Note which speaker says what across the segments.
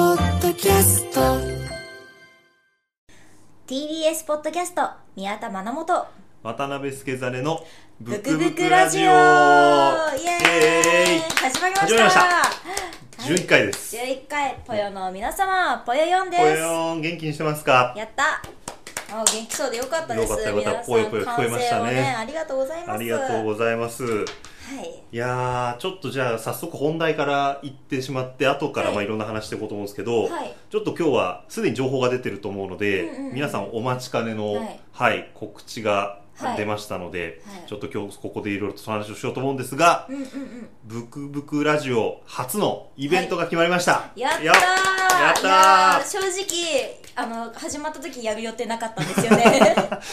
Speaker 1: キャスト
Speaker 2: TBS ポッドキャスト宮田真本
Speaker 3: 渡辺助ザネのブ
Speaker 2: ブ
Speaker 3: ク
Speaker 2: ク
Speaker 3: ブ
Speaker 2: ブ
Speaker 3: ク
Speaker 2: クラ
Speaker 3: ラジ
Speaker 2: ジ
Speaker 3: オ
Speaker 2: オイエーイ
Speaker 3: イエーイ
Speaker 2: 始まりまし
Speaker 3: 始まりました
Speaker 2: た
Speaker 3: 11回です
Speaker 2: 十一回ぽよの皆様ぽよよんで
Speaker 3: ぽ
Speaker 2: す
Speaker 3: よーん元気にしてますか
Speaker 2: やったあ元気そうでよかったです
Speaker 3: よかったよかった
Speaker 2: 皆さん
Speaker 3: ぽよぽよ聞こえましたね
Speaker 2: 歓声をねありがとうございます
Speaker 3: ありがとう
Speaker 2: は
Speaker 3: ございます
Speaker 2: い
Speaker 3: いやーちょっとじゃあ早速本題から行ってしまって後から
Speaker 2: はい
Speaker 3: まあいろんな話していこうと思うんですけど、
Speaker 2: はい
Speaker 3: ちょっと今日はすでに情報が出てると思うので、
Speaker 2: うんうんうん
Speaker 3: 皆さんお待ちかねの、
Speaker 2: は
Speaker 3: はいい告知が出ましたので、
Speaker 2: はいはい
Speaker 3: ちょっと今日ここでいろいろとお話をしようと思うんですが、
Speaker 2: うんうんうん
Speaker 3: ブクブクラジオ初のイベントが決まりました、
Speaker 2: やったー
Speaker 3: ややったー
Speaker 2: いやー正直あの始まった時やる予定なかったんですよね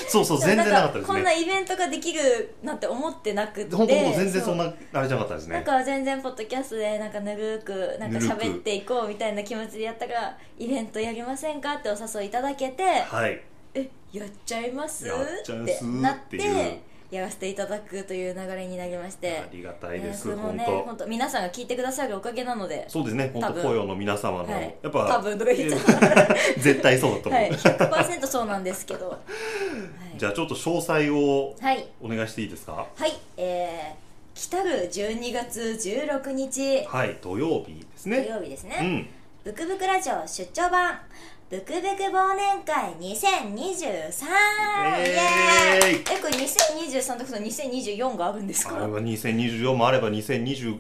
Speaker 3: そう そう全然なかった
Speaker 2: ん
Speaker 3: です
Speaker 2: こんな
Speaker 3: ね
Speaker 2: イベントができるなんて思ってなくて
Speaker 3: 本当もう全然そん
Speaker 2: う
Speaker 3: なあれじゃなかったです
Speaker 2: なん
Speaker 3: ね
Speaker 2: か全然ポッドキャストでなんかぬるーくなんか喋っていこうみたいな気持ちでやったからイベントやりませんかってお誘いいただけて
Speaker 3: はい
Speaker 2: えやっちゃいます
Speaker 3: やっちゃい
Speaker 2: っ
Speaker 3: ま
Speaker 2: て
Speaker 3: す
Speaker 2: なって
Speaker 3: っていう
Speaker 2: やらせていただくという流れになりまして
Speaker 3: ありがたいで
Speaker 2: ね
Speaker 3: す、
Speaker 2: それも
Speaker 3: 本
Speaker 2: ね
Speaker 3: 当、
Speaker 2: 本当皆さんが聞いてくださるおかげなので
Speaker 3: そうですね
Speaker 2: 多
Speaker 3: 本当
Speaker 2: 分
Speaker 3: 雇用の皆様の、
Speaker 2: はい
Speaker 3: やっぱ
Speaker 2: 多分とか言っちゃう
Speaker 3: 絶対そうだと思う、
Speaker 2: はい、100%そうなんですけど、はい、
Speaker 3: じゃあちょっと詳細を
Speaker 2: はい
Speaker 3: お願いしていいですか
Speaker 2: はいえー、来たる12月16日
Speaker 3: はい土曜日です
Speaker 2: 土
Speaker 3: ね
Speaker 2: 曜日ですね、
Speaker 3: うん
Speaker 2: ブクブクラジオ出張版ブクブク忘年会2023
Speaker 3: イ
Speaker 2: エ
Speaker 3: エーイ
Speaker 2: ーイえこれ2023とこと2024があるんです
Speaker 3: あれ
Speaker 2: か
Speaker 3: は2024もあれば20256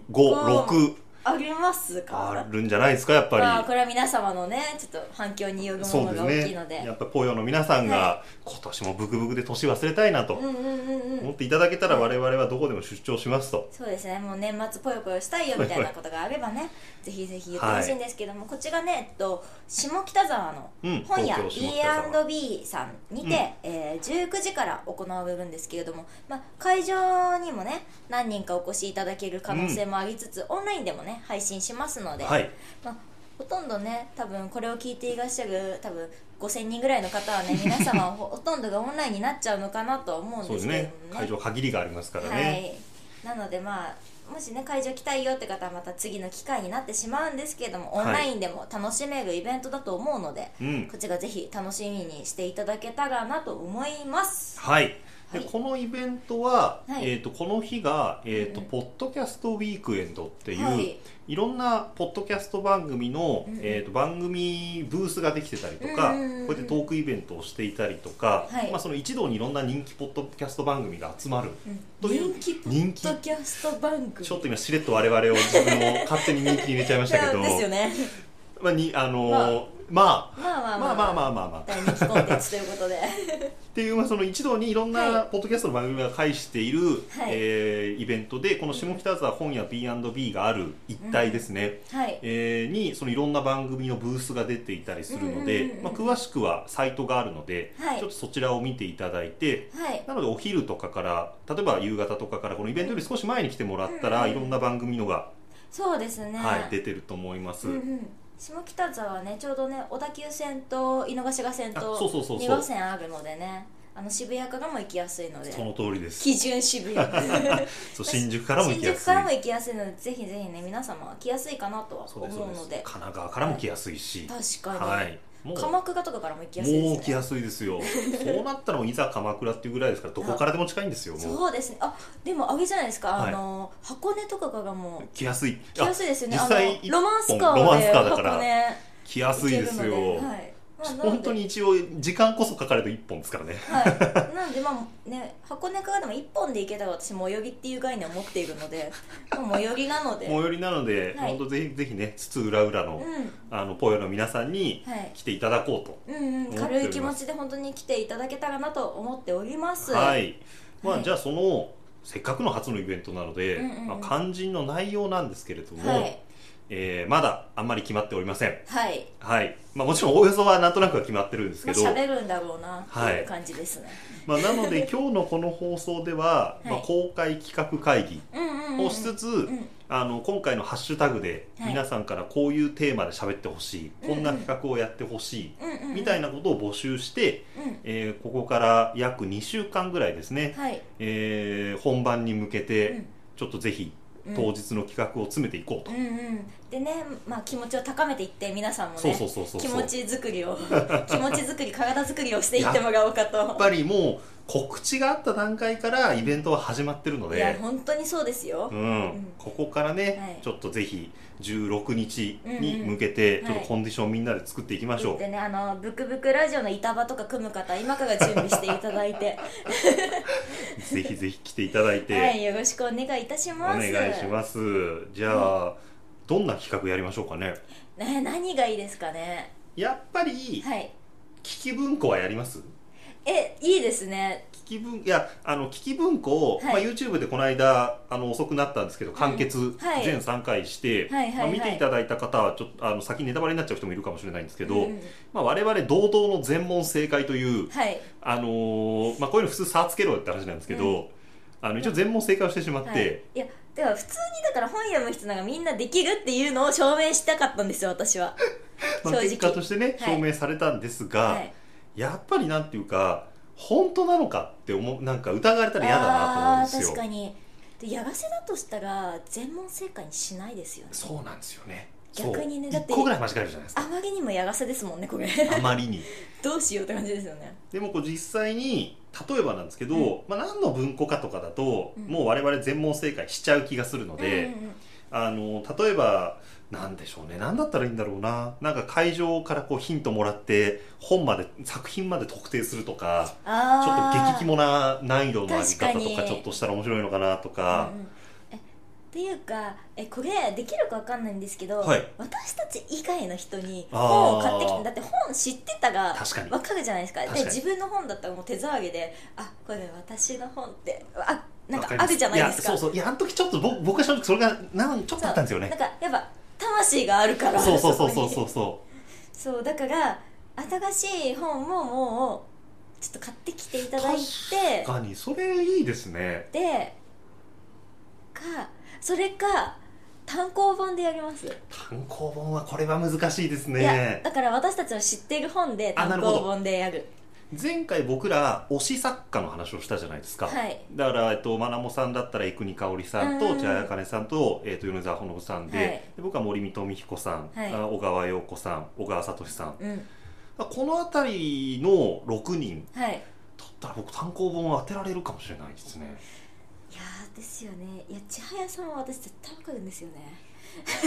Speaker 2: あります
Speaker 3: あ
Speaker 2: か
Speaker 3: るんじゃないですかやっ
Speaker 2: まあ
Speaker 3: ぱ
Speaker 2: これは皆様のねちょっと反響による
Speaker 3: り
Speaker 2: も
Speaker 3: そう
Speaker 2: の
Speaker 3: です
Speaker 2: が大きいので
Speaker 3: ねやっぱ雇用の皆さんが、今年もブクブクで年忘れたいなと
Speaker 2: うんうんうんう
Speaker 3: 思っ
Speaker 2: ん
Speaker 3: ていただけたら、
Speaker 2: うん
Speaker 3: 我々はどこでも出張しますと
Speaker 2: そうですねもう年末ぽよぽよしたいよみたいなことがあればねぜひぜひ言ってほしいんですけども、こっちらね、えっと、下北沢の
Speaker 3: うん
Speaker 2: 本屋
Speaker 3: 東京下北沢
Speaker 2: B&B さんにて、えー19時から行われるんですけれども、まあ、会場にもね何人かお越しいただける可能性もありつつ、オンラインでもね配信しますので、
Speaker 3: はい
Speaker 2: まあ、ほとんどね多分これを聞いていらっしゃる多分5000人ぐらいの方はね皆様ほほとんどがオンラインになっちゃうのかなとは思うん
Speaker 3: そう
Speaker 2: で
Speaker 3: ですす
Speaker 2: けれど
Speaker 3: ね
Speaker 2: もね。
Speaker 3: 会場限りがありますからね、
Speaker 2: はい、なのでまあもしね会場来たいよって方はまた次の機会になってしまうんですけれどもオ
Speaker 3: は
Speaker 2: ン
Speaker 3: い
Speaker 2: ラインでも楽しめるイベントだと思うので、
Speaker 3: うん
Speaker 2: こちらぜひ楽しみにしていただけたらなと思います
Speaker 3: はい。で
Speaker 2: はい
Speaker 3: このイベントは、
Speaker 2: はい
Speaker 3: えー、とこの日が、えーと
Speaker 2: うんうん
Speaker 3: ポッドキャストウィークエンドっていう、
Speaker 2: はいい、
Speaker 3: ろんなポッドキャスト番組の、
Speaker 2: うんうん
Speaker 3: えー、と番組ブースができてたりとか、
Speaker 2: うんうんうんうん
Speaker 3: こうやってトークイベントをしていたりとか、
Speaker 2: はい
Speaker 3: まあ、その一堂にいろんな人気ポッドキャスト番組が集まる、
Speaker 2: うん
Speaker 3: という
Speaker 2: 人気ポ
Speaker 3: 人
Speaker 2: ッ
Speaker 3: 気
Speaker 2: ドキャスト番組
Speaker 3: ちょっと今しれっと我々を自分を勝手に人気に入れちゃいました けど
Speaker 2: ですよね
Speaker 3: まあにあのーまあ
Speaker 2: まあまあ
Speaker 3: まあまあまあまあまあ
Speaker 2: 大人気コンテンツということで
Speaker 3: っていう、まあ、その一度にいろんな
Speaker 2: は
Speaker 3: ポッドキャストの番組が介している、
Speaker 2: はい
Speaker 3: えーイベントでこの下北沢本屋 B&B がある一帯ですね、
Speaker 2: はい
Speaker 3: えーにそのいろんな番組のブースが出ていたりするので、
Speaker 2: うんうんうんうん
Speaker 3: まあ、詳しくはサイトがあるので、
Speaker 2: はい
Speaker 3: ちょっとそちらを見ていただいて
Speaker 2: はい
Speaker 3: なのでお昼とかから例えば夕方とかからこのイベントより少し前に来てもらったら、
Speaker 2: うんうん
Speaker 3: いろんな番組のが、
Speaker 2: そうですね、
Speaker 3: はい、出てると思います。
Speaker 2: うんうん下北沢はねちょうどね小田急線と井の頭線と
Speaker 3: あそうそうそうそう
Speaker 2: 2号線あるのでねあの渋谷からも行きやすいので
Speaker 3: その通りです。
Speaker 2: 基準渋谷
Speaker 3: そう新宿 からも行きや
Speaker 2: 新宿
Speaker 3: す
Speaker 2: か
Speaker 3: い
Speaker 2: ら。も行きやすいのでぜひぜひね皆様は来やすいかなとは
Speaker 3: そう
Speaker 2: 思う
Speaker 3: ですそうです
Speaker 2: ので
Speaker 3: 神奈川からも来やすいし。
Speaker 2: 確かに、
Speaker 3: はい。もう
Speaker 2: 鎌倉とかからも行きやすいですね
Speaker 3: もう来やすいですよそうなったらもういざ鎌倉っていうぐらいですからどこからでも近いんですよもう
Speaker 2: そうですねあでもあれじゃないですか、
Speaker 3: はい
Speaker 2: あの箱根とかがもう
Speaker 3: 来やすい
Speaker 2: 来やすいですよねあ
Speaker 3: あ実際
Speaker 2: のロマンスカ
Speaker 3: ロマ
Speaker 2: ー
Speaker 3: ン
Speaker 2: で
Speaker 3: スカーだから
Speaker 2: 箱根
Speaker 3: 来やすいです
Speaker 2: 行ける
Speaker 3: よ
Speaker 2: のではいまあなので
Speaker 3: 本当に一応時間こそかかれど1本ですからね
Speaker 2: はい、なのでまあね箱根からでも1本で行けたら私最寄りっていう概念を持っているので、まあ、最寄りなので
Speaker 3: 最寄りなので
Speaker 2: はい
Speaker 3: 本当ぜひぜひね津々浦々
Speaker 2: う
Speaker 3: の
Speaker 2: ん
Speaker 3: あのポヨの皆さんに
Speaker 2: はい
Speaker 3: 来ていただこうと
Speaker 2: うんうん、
Speaker 3: 思っております
Speaker 2: 軽い気持ちで本当に来ていただけたらなと思っております
Speaker 3: はい、ま
Speaker 2: は
Speaker 3: あ、
Speaker 2: い
Speaker 3: じゃあそのせっかくの初のイベントなので、
Speaker 2: うんうんうん
Speaker 3: まあ、肝心の内容なんですけれども、
Speaker 2: はい
Speaker 3: えーまだあんまり決まっておりません、
Speaker 2: はい
Speaker 3: はいまあ、もちろんおおよそはなんとなくは決まってるんです
Speaker 2: ま
Speaker 3: け
Speaker 2: あ
Speaker 3: ど、
Speaker 2: 喋るんだろうなっていう感じですね、
Speaker 3: まあ、なの で今日のこの放送では、
Speaker 2: はい
Speaker 3: まあ、公開企画会議
Speaker 2: うんうんうんうん
Speaker 3: をしつつ、
Speaker 2: うん
Speaker 3: あの今回のハッシュタグで
Speaker 2: はい
Speaker 3: 皆さんからこういうテーマで喋ってほしい、
Speaker 2: うんうん
Speaker 3: こんな企画をやってほしい、
Speaker 2: うんうんうん
Speaker 3: みたいなことを募集して、
Speaker 2: うん
Speaker 3: えーここから約2週間ぐらいですね、
Speaker 2: はい
Speaker 3: えー本番に向
Speaker 2: う
Speaker 3: けて
Speaker 2: ん
Speaker 3: ちょっとぜひ
Speaker 2: うん
Speaker 3: 当日の企画を詰めていこうと、
Speaker 2: うんうん、でね、まあ、気持ちを高めていって皆さんもね
Speaker 3: そうそうそうそう
Speaker 2: 気持ち作りを 気持ち作り体作りをしていってもらおうか
Speaker 3: やっ
Speaker 2: と
Speaker 3: ぱりもう告知があった段階からイベントは始まってるの
Speaker 2: いや
Speaker 3: で、
Speaker 2: 本当にそうですよ、
Speaker 3: うん
Speaker 2: うん
Speaker 3: ここからね、
Speaker 2: はい
Speaker 3: ちょっとぜひ16日に
Speaker 2: うんうん
Speaker 3: 向けて
Speaker 2: は
Speaker 3: ちょ
Speaker 2: い
Speaker 3: っとコンディションみんなで作っていきましょう、
Speaker 2: でねあのブクブクラジオの板場とか組む方今から準備していただい て
Speaker 3: ぜひぜひ来ていただいて、
Speaker 2: はいよろしくお願いいたし
Speaker 3: お
Speaker 2: ます
Speaker 3: 願いしますじゃあ、どんな企画やりましょうかね
Speaker 2: ね、何がいいですかね
Speaker 3: やっぱり
Speaker 2: はい
Speaker 3: 危機文庫はやります
Speaker 2: えいいですね
Speaker 3: 危機文いやあの危機文庫を、
Speaker 2: はい
Speaker 3: まあ、YouTube でこの間あの遅くなったんですけど完結
Speaker 2: はい
Speaker 3: 全3回して、
Speaker 2: はいはいはい
Speaker 3: まあ、見ていただいた方はちょっとあの先にネタバレになっちゃう人もいるかもしれないんですけど、
Speaker 2: うんうん
Speaker 3: まあ、我々堂々の全問正解という、
Speaker 2: はい
Speaker 3: あのーまあ、こういうの普通差つけろよって話なんですけど、あの一応全問正解をしてしまって、
Speaker 2: はい、いやでは普通にだから本読む人なんかみんなできるっていうのを証明したかったんですよ私は
Speaker 3: まあ
Speaker 2: 正直
Speaker 3: 結果としてね、
Speaker 2: はい
Speaker 3: 証明されたんですが、
Speaker 2: はい
Speaker 3: やっぱりなんていうか本当なのかって思うなんか疑われたら嫌だなと思うんです
Speaker 2: あー確
Speaker 3: よ
Speaker 2: かにでやがせだとしたら全問正解にしないですよね
Speaker 3: そうなんですよね
Speaker 2: 逆にね
Speaker 3: そ
Speaker 2: だ
Speaker 3: う
Speaker 2: って
Speaker 3: 1個ぐらい間違えるじゃないですか
Speaker 2: あまりにもやがせですもんねこれ
Speaker 3: あまりに
Speaker 2: どうしようって感じですよね
Speaker 3: でもこう実際に例えばなんですけど、
Speaker 2: うん
Speaker 3: まあ、何の文庫かとかだと、
Speaker 2: うん
Speaker 3: もう我々全問正解しちゃう気がするの
Speaker 2: うんうんう
Speaker 3: で、
Speaker 2: ん
Speaker 3: あの例えばなんでしょうね何だったらいいんだろうななんか会場からこうヒントもらって本まで作品まで特定するとかちょっと
Speaker 2: あー
Speaker 3: 激キモな難易度のあり方と
Speaker 2: 確か
Speaker 3: か
Speaker 2: に
Speaker 3: ちょっとしたら面白いのかなとか
Speaker 2: うんう、んえっていうかえこれできるかわかんないんですけど、
Speaker 3: はい
Speaker 2: 私たち以外の人に
Speaker 3: あー
Speaker 2: 本を買ってきてだって本知ってたが
Speaker 3: 確かに
Speaker 2: わかるじゃないですか
Speaker 3: 確か
Speaker 2: で
Speaker 3: に
Speaker 2: 自分の本だったらもう手触りであこれ私の本ってあなん
Speaker 3: わ
Speaker 2: か
Speaker 3: りま
Speaker 2: あるじゃないですか
Speaker 3: やそうそういやあの時ちょっと僕僕は正直それがなんちょっとあったんですよ
Speaker 2: なん
Speaker 3: ね
Speaker 2: かやっぱ魂があるから
Speaker 3: そうそうそうそう
Speaker 2: こ
Speaker 3: そ
Speaker 2: に
Speaker 3: うそ
Speaker 2: そうだから新しい本ももうちょっと買ってきていた
Speaker 3: う
Speaker 2: だいて
Speaker 3: 確かにそれいいですね
Speaker 2: でかそれか単行本でやります
Speaker 3: 単行本はこれは難しいです
Speaker 2: いや
Speaker 3: ね
Speaker 2: だから私たちの知っている本で
Speaker 3: あな
Speaker 2: 単
Speaker 3: るほど
Speaker 2: 行本でやる
Speaker 3: 前回僕ら推し作家の話をしたじゃないですか、
Speaker 2: はい
Speaker 3: だから、えっと、まなもさんだったら生国香織さん
Speaker 2: う
Speaker 3: と
Speaker 2: ん
Speaker 3: じゃああかねさんと,、えっと米沢ほのぶさんで,、
Speaker 2: はい
Speaker 3: で僕は森見富彦さん、
Speaker 2: はい
Speaker 3: あ小川陽子さん小川聡さん
Speaker 2: うん
Speaker 3: この辺りの6人
Speaker 2: はいいや
Speaker 3: だったら僕単行本を当てられるかもしれないですね
Speaker 2: ーですよねいや千早さんは私絶対わかるんですよね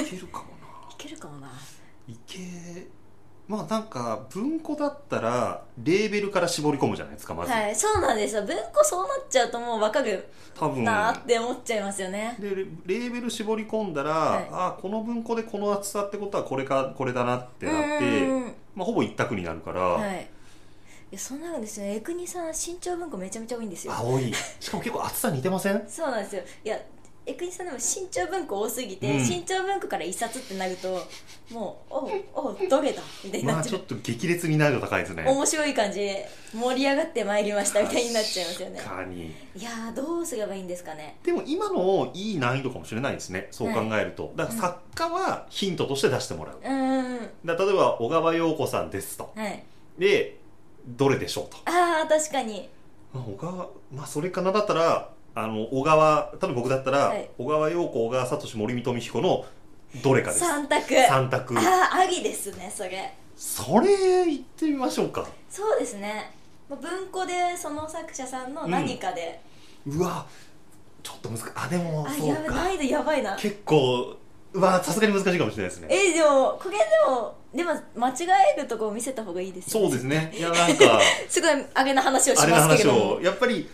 Speaker 3: いけるかも
Speaker 2: いけるかもな
Speaker 3: ないけまあなんか文庫だったらレーベルから絞り込むじゃないですかまず、
Speaker 2: はいそうなんですよ文庫そうなっちゃうともうわかる
Speaker 3: 多分
Speaker 2: なーって思っちゃいますよね、
Speaker 3: でレレーベル絞り込んだら、
Speaker 2: はい
Speaker 3: ああこの文庫でこの厚さってことはこれかこれだなって
Speaker 2: う、
Speaker 3: なんって、
Speaker 2: うんうん
Speaker 3: まあ、ほぼ一択になるから、
Speaker 2: はいいやそうなるんですよねエクニさん身長文庫めちゃめちゃ多いんですよ
Speaker 3: 青いしかも結構厚さ似てません
Speaker 2: そうなんですよいやエクニさんでも身長文庫多すぎて、
Speaker 3: うん
Speaker 2: 身長文庫から一冊ってなるともうおうおうどれだみたいに
Speaker 3: ま
Speaker 2: な
Speaker 3: あ
Speaker 2: っち
Speaker 3: ち
Speaker 2: ゃ
Speaker 3: ょ
Speaker 2: う
Speaker 3: っと激烈に難易度高いですね
Speaker 2: 面白い感じで盛り上がってまいりましたみたいになっちゃいますよね
Speaker 3: 確かに
Speaker 2: いやーどうすればいいんですかね
Speaker 3: でも今のいい難易度かもしれないですねそう考えると、だから作家はヒントとして出してもらう
Speaker 2: うーん
Speaker 3: だから例えば小川陽子さんですと
Speaker 2: はい
Speaker 3: でどれでしょうと
Speaker 2: あー確かに
Speaker 3: まあ小川まあそれかなだったらあの小川例えば僕だったら、
Speaker 2: はい
Speaker 3: 小川陽子小川聡森見富彦のどれかです
Speaker 2: 三択
Speaker 3: 三択
Speaker 2: あーありですねそれ
Speaker 3: それ言ってみましょうか
Speaker 2: そうですねまあ文庫でその作者さんの何かで、
Speaker 3: うわちょっと難しいあでも
Speaker 2: あ
Speaker 3: そう
Speaker 2: やばい
Speaker 3: か
Speaker 2: 難易度やばいな
Speaker 3: 結構うわさすがに難しいかもしれないですね
Speaker 2: えでもこれでもでも間違えるとこを見せた方がいいですよ
Speaker 3: そうですねいやな んか
Speaker 2: すごいあれな話を
Speaker 3: あ
Speaker 2: し
Speaker 3: れの
Speaker 2: ますけれ
Speaker 3: 話
Speaker 2: ども
Speaker 3: をやっぱり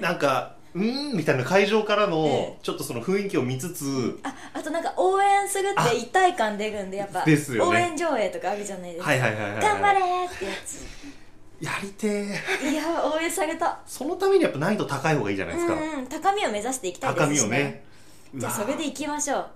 Speaker 3: なんかうーんみたいな会場から
Speaker 2: え
Speaker 3: のちょっとその雰囲気を見つつ
Speaker 2: ああとなんか応援するって一体感出るんでやっぱ
Speaker 3: ですよ
Speaker 2: 応
Speaker 3: ね
Speaker 2: 援上映とかあるじゃないですか、
Speaker 3: はいはいはいはい、はい、
Speaker 2: 頑張れーってやつ
Speaker 3: やりてー
Speaker 2: いや応援された
Speaker 3: そのためにやっぱ難易度高い方がいいじゃな
Speaker 2: う
Speaker 3: いですか、
Speaker 2: んうん高みを目指していきたいで
Speaker 3: 高
Speaker 2: す
Speaker 3: み
Speaker 2: し
Speaker 3: を
Speaker 2: ね
Speaker 3: ね
Speaker 2: じゃあ
Speaker 3: うわ
Speaker 2: それでいきましょう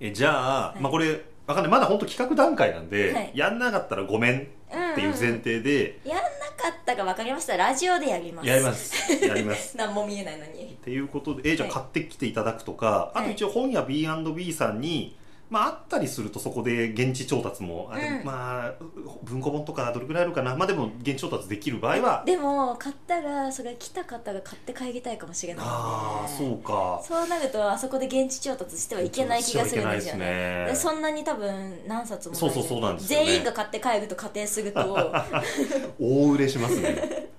Speaker 3: えじゃあ、
Speaker 2: はい
Speaker 3: まあこれわかんないまだ本当企画段階なんで、
Speaker 2: はい
Speaker 3: やんなかったらごめんっ
Speaker 2: うんうん、
Speaker 3: ていう前提で
Speaker 2: やんなかったか分かりましたらラジオでやります
Speaker 3: やり ますやります
Speaker 2: 何も見えないのに
Speaker 3: っていうことで、えじゃあ
Speaker 2: はい
Speaker 3: 買ってきていただくと
Speaker 2: は
Speaker 3: か、
Speaker 2: い
Speaker 3: あと一応本屋 B&B さんにまあ、あったりするとそこで現地調達もあでも
Speaker 2: うん
Speaker 3: まあ文庫本とかどれくらいあるかな、まあ、でも現地調達できる場合は
Speaker 2: でも買ったらそれ来た方が買って帰りたいかもしれない
Speaker 3: ああそうか
Speaker 2: そうなるとあそこで現地調達してはいけない気がするんですよね
Speaker 3: ね
Speaker 2: でそんなに多分何冊もない
Speaker 3: そうそうそうなんですよね
Speaker 2: 全員が買って帰ると仮定する と
Speaker 3: 大売れしま すね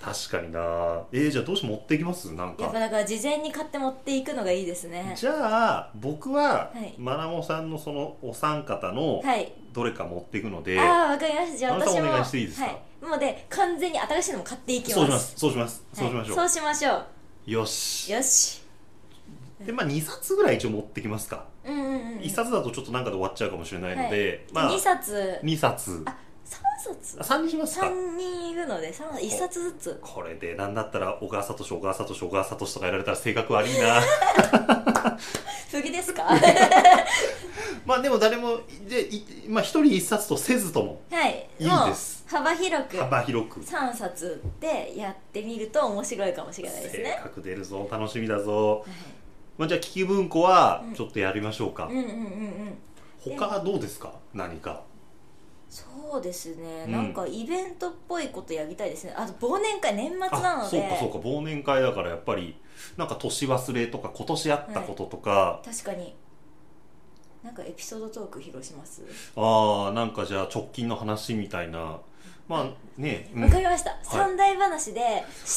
Speaker 3: 確かになえー、じゃあどうして持っていきますなん
Speaker 2: やっぱ
Speaker 3: か
Speaker 2: だから事前に買って持っていくのがいいですね
Speaker 3: じゃあ僕は、
Speaker 2: はい
Speaker 3: マナモさんのそのお三方の
Speaker 2: はい
Speaker 3: どれか持っていくので、
Speaker 2: ああわかりましたじゃあ
Speaker 3: あなた
Speaker 2: 私も
Speaker 3: お願いしていいですか
Speaker 2: はい、もうで完全に新しいのも買っていきます
Speaker 3: そうしますそうします、そうしましょう
Speaker 2: はい、そうしましょ
Speaker 3: よし
Speaker 2: うよし
Speaker 3: でまあ2冊ぐらい一応持ってきますか、
Speaker 2: うんうんうん
Speaker 3: 一1冊だとちょっとなんかで終わっちゃうかもしれないので、まあ
Speaker 2: 2冊
Speaker 3: 2冊
Speaker 2: あ3冊
Speaker 3: あ3にしますか
Speaker 2: 3人いるので3冊1冊ず つ
Speaker 3: これでなんだったら小川聡小川聡小川聡とかやられたら性格悪い な
Speaker 2: 不義ですか
Speaker 3: まあでも誰もでいまあ、1人1冊とせずとも
Speaker 2: はい
Speaker 3: いいです
Speaker 2: もう幅広く
Speaker 3: 幅広く
Speaker 2: 3冊でやってみると面白いかもしれないです
Speaker 3: 性
Speaker 2: ね、
Speaker 3: 格出るぞ楽しみだぞ、
Speaker 2: はい
Speaker 3: まあ、じゃあ聞き文庫は
Speaker 2: うん
Speaker 3: ちょっとやりましょうか、
Speaker 2: うんうんうんうん
Speaker 3: 他はどうですか何か
Speaker 2: そうですね、
Speaker 3: うん
Speaker 2: なんかイベントっぽいことやりたいですねあと忘年会年末な
Speaker 3: あ
Speaker 2: の
Speaker 3: そう
Speaker 2: で
Speaker 3: かそうか忘年会だからやっぱりなんか年忘れとか今年あったこととか、
Speaker 2: 確かになんかエピソードトーク披露します
Speaker 3: ああなんかじゃあ直近の話みたいなまあね、うん
Speaker 2: わかりました、三大話で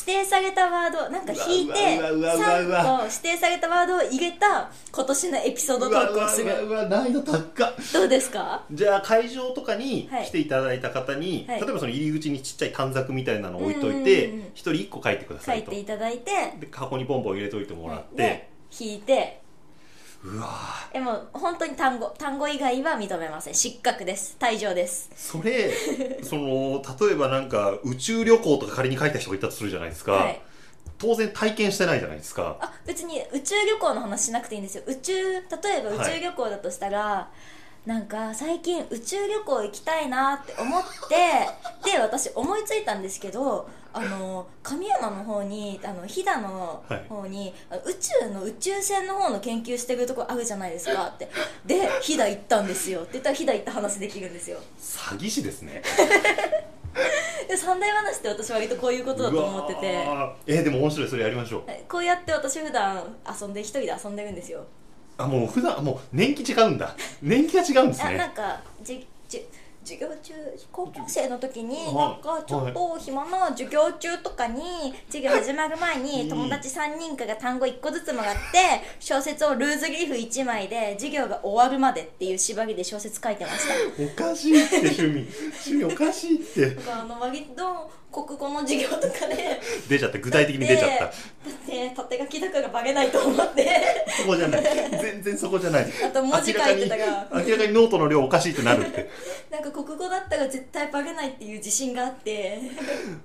Speaker 2: 指定されたワードなんか引いうて
Speaker 3: わうわうわうわうわ
Speaker 2: 3個指定されたワードを入れた今年のエピソードトークをす
Speaker 3: うわう
Speaker 2: る
Speaker 3: わうわ難易度高っ
Speaker 2: どうですか
Speaker 3: じゃあ会場とかに
Speaker 2: はい
Speaker 3: 来ていただいた方に、
Speaker 2: はい
Speaker 3: 例えばその入り口にちっちゃい短冊みたいなのを置いとい
Speaker 2: うんうんうん
Speaker 3: て一、人一個書いてくだ
Speaker 2: 書
Speaker 3: さ
Speaker 2: い
Speaker 3: いと
Speaker 2: ていただいて
Speaker 3: で箱にボンボン入れといてもらって、
Speaker 2: で引いて
Speaker 3: うわー
Speaker 2: えもう本当に単語単語以外は認めません失格です退場です
Speaker 3: それその例えばなんか宇宙旅行とか仮に書いた人がいたとするじゃないですか、
Speaker 2: はい
Speaker 3: 当然体験してないじゃないですか
Speaker 2: あ別に宇宙旅行の話しなくていいんですよ宇宙例えば宇宙旅行だとしたら、なんか最近宇宙旅行行きたいなって思って で私思いついたんですけどあの神山の方にあの飛騨の方に、あの宇宙の宇宙船の方の研究してるとこあるじゃないですかってで飛騨行ったんですよって言ったら飛騨行った話できるんですよ
Speaker 3: 詐欺師ですね
Speaker 2: で三大話って私割とこういうことだと思ってて
Speaker 3: う。わーえーでも面白いそれやりましょう
Speaker 2: はいこうやって私普段遊んで一人で遊んでるんですよ
Speaker 3: あもう普段もう年季違うんだ年季が違うんです
Speaker 2: あな
Speaker 3: ね
Speaker 2: んかじじ授業中高校生の時
Speaker 3: は
Speaker 2: に
Speaker 3: い
Speaker 2: なんかちょっと暇な授業中とかに授業始まる前
Speaker 3: うん
Speaker 2: に友達3人から単語1個ずつもら って小説をルーズリーフ1枚で授業が終わるまでっていう縛りで小説書いてました
Speaker 3: おかしいって趣味趣味おかしいって
Speaker 2: だからあの割と国語の授業とかで
Speaker 3: 出ちゃった具体的に出ちゃった
Speaker 2: でで縦書きだからバレないと思って
Speaker 3: そこじゃない全然そこじゃない
Speaker 2: あと文字書いてたから
Speaker 3: 明らかに明らかにノートの量おかしいってなるって
Speaker 2: なんか国語だったら絶対バレないっていう自信があって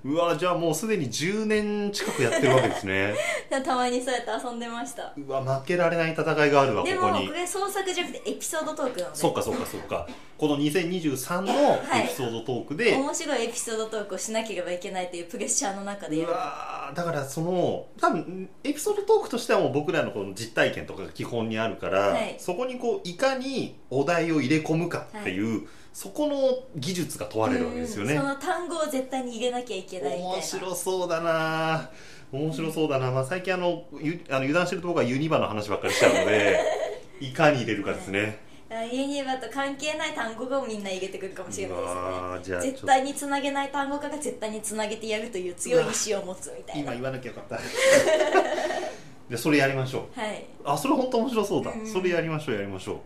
Speaker 3: うわじゃあもうすでに10年近くやってるわけですね
Speaker 2: たまにそうやって遊んでました
Speaker 3: うわ負けられない戦いがあるわこ
Speaker 2: でも
Speaker 3: こ
Speaker 2: こ
Speaker 3: に
Speaker 2: れ創作じゃなくてエピソードトークなので
Speaker 3: そうかそうかそうかこの2023の
Speaker 2: はい
Speaker 3: エピソードトークで、
Speaker 2: 面白いエピソードトークをしなければいけないというプレッシャーの中でや
Speaker 3: う
Speaker 2: る
Speaker 3: わーだからその多分エピソードトークとしてはもう僕らのこの実体験とかが基本にあるから、
Speaker 2: はい
Speaker 3: そこにこういかにお題を入れ込むかっていう、そこの技術が問われるわけですよね
Speaker 2: うんその単語を絶対に入れなきゃいけないみたいな
Speaker 3: 面白そうだな面白そうだな、まあ、最近あのゆあの油断してると僕はユニバの話ばっかりしちゃうの でいかに入れるかですね
Speaker 2: あユニバと関係ない単語をみんな入れてくるかもしれないです
Speaker 3: うわーじゃ
Speaker 2: よ
Speaker 3: あちょ
Speaker 2: ね
Speaker 3: っと
Speaker 2: 絶対につなげない単語から絶対につなげてやるという強い意志を持つみたいな
Speaker 3: 今
Speaker 2: はい
Speaker 3: 言わなきゃよかった じゃあそれやりましょうあそれ本当面白そうだ、
Speaker 2: うん
Speaker 3: それやりましょうやりましょう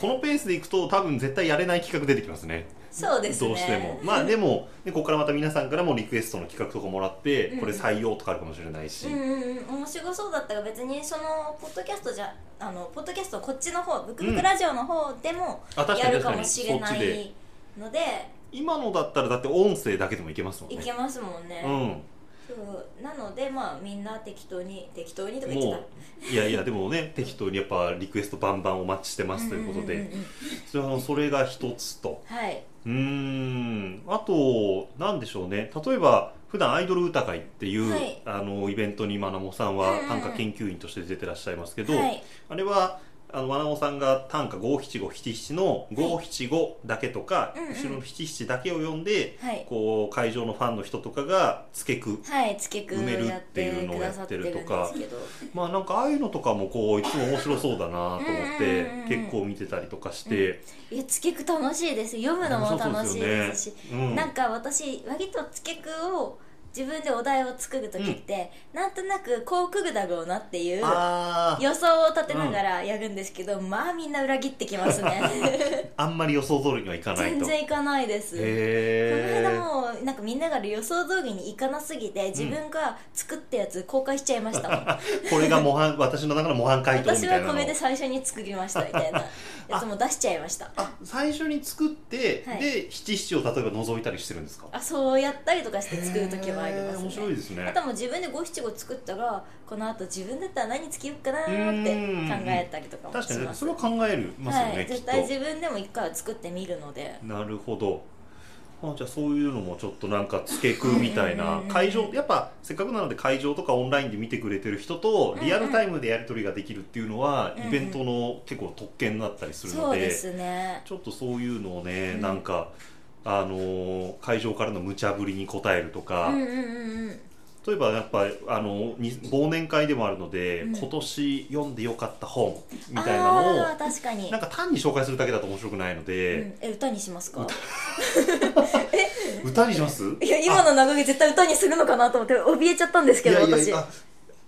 Speaker 3: このペースでいくと多分絶対やれない企画出てきますね
Speaker 2: そうですね
Speaker 3: どうしてもまあでもねここからまた皆さんからもリクエストの企画とかもらって、
Speaker 2: うん
Speaker 3: これ採用とかあるかもしれないし、
Speaker 2: うんうんうん面白そうだったら別にそのポッドキャストじゃあのポッドキャストこっちの方ブクブクラジオの方でも
Speaker 3: あ確
Speaker 2: や
Speaker 3: かに
Speaker 2: る
Speaker 3: 確
Speaker 2: か
Speaker 3: か
Speaker 2: も
Speaker 3: に
Speaker 2: し
Speaker 3: そ
Speaker 2: れ
Speaker 3: っ
Speaker 2: な
Speaker 3: ちで
Speaker 2: いので
Speaker 3: 今のだったらだって音声だけでもいけますもん
Speaker 2: い
Speaker 3: ね
Speaker 2: けますもんね、
Speaker 3: うん
Speaker 2: そうなのでまあみんな適当に適当にとか言ってた
Speaker 3: もういやいやでもね適当にやっぱリクエストバンバンお待ちしてますということ
Speaker 2: んんん
Speaker 3: で
Speaker 2: うん
Speaker 3: それはそれが一つと
Speaker 2: はい、
Speaker 3: うーんあとなんでしょうね例えば普段アイドル歌会っていう、
Speaker 2: はい
Speaker 3: あのイベントにまなもさん
Speaker 2: うん
Speaker 3: は
Speaker 2: うんうん
Speaker 3: 短歌研究員として出てらっしゃいますけど、
Speaker 2: はい
Speaker 3: あれはああの、わなごさんが短歌五七五七七の五七五だけとか、
Speaker 2: うんうん
Speaker 3: 後ろの七七だけを読んで、
Speaker 2: はい
Speaker 3: こう、会場のファンの人とかが付けく。
Speaker 2: はい付けく
Speaker 3: 埋める
Speaker 2: や
Speaker 3: っ
Speaker 2: って
Speaker 3: い
Speaker 2: て
Speaker 3: うのを
Speaker 2: く
Speaker 3: や
Speaker 2: だ
Speaker 3: っ
Speaker 2: さってて
Speaker 3: る
Speaker 2: る
Speaker 3: と
Speaker 2: ん
Speaker 3: か
Speaker 2: ですけど
Speaker 3: まあなんかああいうのとかもこう、いつも面白そうだなと思って
Speaker 2: うんうんうんう、ん
Speaker 3: 結構見てたりとかして。
Speaker 2: いや付けく楽しいです読むのも楽しいですし
Speaker 3: そうそうですよねうん
Speaker 2: なんか私割とつけ句を自分でお題を作る時って、なんとなくこうくぐだろうなっていう
Speaker 3: ああ、
Speaker 2: 予想を立てながらやるんですけど、まあみんな裏切ってきます ね
Speaker 3: あんまり予想通りにはいかないと。
Speaker 2: 全然いかないです、この
Speaker 3: へー
Speaker 2: 間もうなんかみんなが予想通りにいかなすぎて自分が作ったやつ公開しちゃいましたもん、
Speaker 3: これが模範私の中の模範解答み
Speaker 2: 私
Speaker 3: た
Speaker 2: はい
Speaker 3: な
Speaker 2: これで
Speaker 3: の
Speaker 2: 最初に作りましたみたいなやつも出しちゃいましたあ
Speaker 3: あ最初に作って、
Speaker 2: はい
Speaker 3: で七七を例えば覗いたりしてるんですか
Speaker 2: そうやったりとかして作る時もあります
Speaker 3: へー
Speaker 2: ね
Speaker 3: 面白いです
Speaker 2: あ
Speaker 3: ね
Speaker 2: とはもう自分で五七五作ったらこのあと自分だったら何つけようかなーって考えたりとかもしま
Speaker 3: 確
Speaker 2: す
Speaker 3: かにそれは考えますよね、
Speaker 2: はい、
Speaker 3: きっ
Speaker 2: 絶対
Speaker 3: と
Speaker 2: 自分でも一回は作ってみるので
Speaker 3: なるほどあじゃあそういうのもちょっとなんか付けくみたい
Speaker 2: うんうん
Speaker 3: な
Speaker 2: うんうん
Speaker 3: 会場やっぱせっかくなので会場とかオンラインで見てくれてる人と
Speaker 2: うんうん
Speaker 3: リアルタイムでやり取りができるっていうのは、
Speaker 2: うんうん
Speaker 3: イベントの結構特権だったりするの
Speaker 2: そう
Speaker 3: で
Speaker 2: ですね
Speaker 3: ちょっとそういうのをね、
Speaker 2: うん
Speaker 3: なんか、あのー会場からの無茶ぶりに応えるとか、
Speaker 2: うんうんうんうん
Speaker 3: 例えばやっぱ、あのーに忘年会でもあるので、
Speaker 2: うん
Speaker 3: 今年読んでよかった本みたいなの
Speaker 2: あー
Speaker 3: を、
Speaker 2: 確かに
Speaker 3: なんか単に紹介するだけだと面白くないの
Speaker 2: う
Speaker 3: で、
Speaker 2: んえ歌にしますか
Speaker 3: 歌にします
Speaker 2: いや今の流れ絶対歌にするのかなと思って怯えちゃったんですけど
Speaker 3: いやい
Speaker 2: 私
Speaker 3: やあ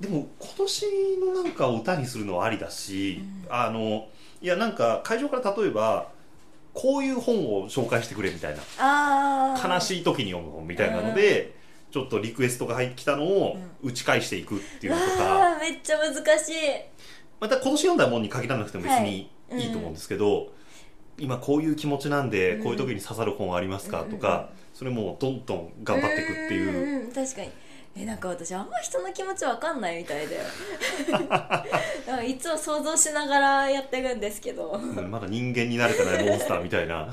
Speaker 3: でも今年のなんかを歌にするのはありだし、あのいやなんか会場から例えばこういう本を紹介してくれみたいな
Speaker 2: ああ
Speaker 3: 悲しい時に読む本みたいなので、ちょっとリクエストが入ってきたのを打ち返していくっていうのとか、
Speaker 2: わあめっちゃ難しい
Speaker 3: また今年読んだ本に限らなくても別に
Speaker 2: はい
Speaker 3: いいと思うんですけど、今こういう気持ちなんで、
Speaker 2: うん
Speaker 3: こういう時に刺さる本ありますかとか、それもどんどん頑張っていくっていう。
Speaker 2: んうん確かにえなんか私あんま人の気持ちわかんないみたい でだからいつも想像しながらやってるんですけど
Speaker 3: うんまだ人間になれてないモンスターみたい な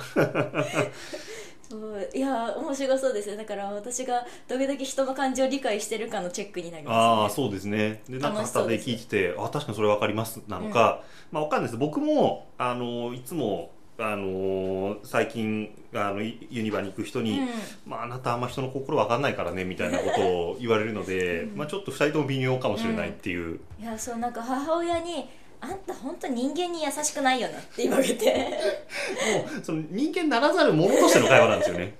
Speaker 2: そういや面白そうですよだから私がどれだけ人の感情を理解してるかのチェックになり
Speaker 3: ああ
Speaker 2: ますね
Speaker 3: そうですねでなんか
Speaker 2: 楽しそ
Speaker 3: 旗
Speaker 2: う
Speaker 3: で
Speaker 2: です
Speaker 3: 聞いててあ確かにそれ分かりますなのか、まあ分かんないです僕もあのいつもあの最近あのユユニバに行く人に、まあ、あなたあんま人の心わかんないからねみたいなことを言われるので、まあ、ちょっと2人とも微妙かもしれないっていう、
Speaker 2: うん、いやそうなんか母親に「あんた本当人間に優しくないよね」って言われて
Speaker 3: もうその人間ならざるものとしての会話なんですよね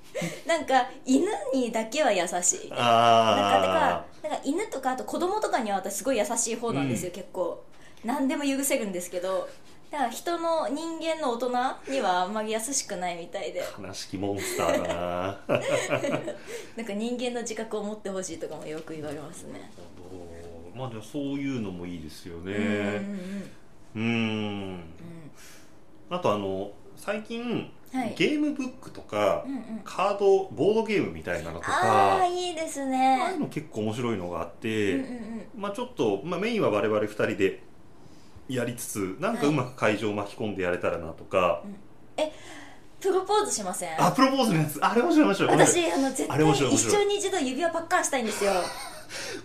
Speaker 2: なんか犬にだけは優しい なん
Speaker 3: あ
Speaker 2: かてかなんか犬とかあと子供とかには私すごい優しい方なんですよ、結構何でも許せるんですけどだから人の人間の大人にはあんまり優しくないみたいで
Speaker 3: あ悲しきモンスターだな
Speaker 2: なんか人間の自覚を持ってほしいとかもよく言われますね
Speaker 3: まあでもそういうのもいいですよ
Speaker 2: うんうん
Speaker 3: ねうんあとあの最近、
Speaker 2: はい
Speaker 3: ゲームブックとか
Speaker 2: うんうんうん
Speaker 3: カードボードゲームみたいなのと
Speaker 2: あ
Speaker 3: か
Speaker 2: あいいです
Speaker 3: ああいう
Speaker 2: ね
Speaker 3: の結構面白いのがあっ
Speaker 2: う
Speaker 3: て、
Speaker 2: んうんうん
Speaker 3: まあ、ちょっと、まあ、メインは我々2人でやりつつなんかうまく会場を巻き込んでやれたらなとか、
Speaker 2: プロポーズしません
Speaker 3: あプロポーズのやつあれ面白い面白い面白い
Speaker 2: 私あの絶
Speaker 3: あれ面白い
Speaker 2: 対
Speaker 3: 面
Speaker 2: 一
Speaker 3: 白い
Speaker 2: 生に一度指輪パッカンしたいんですよ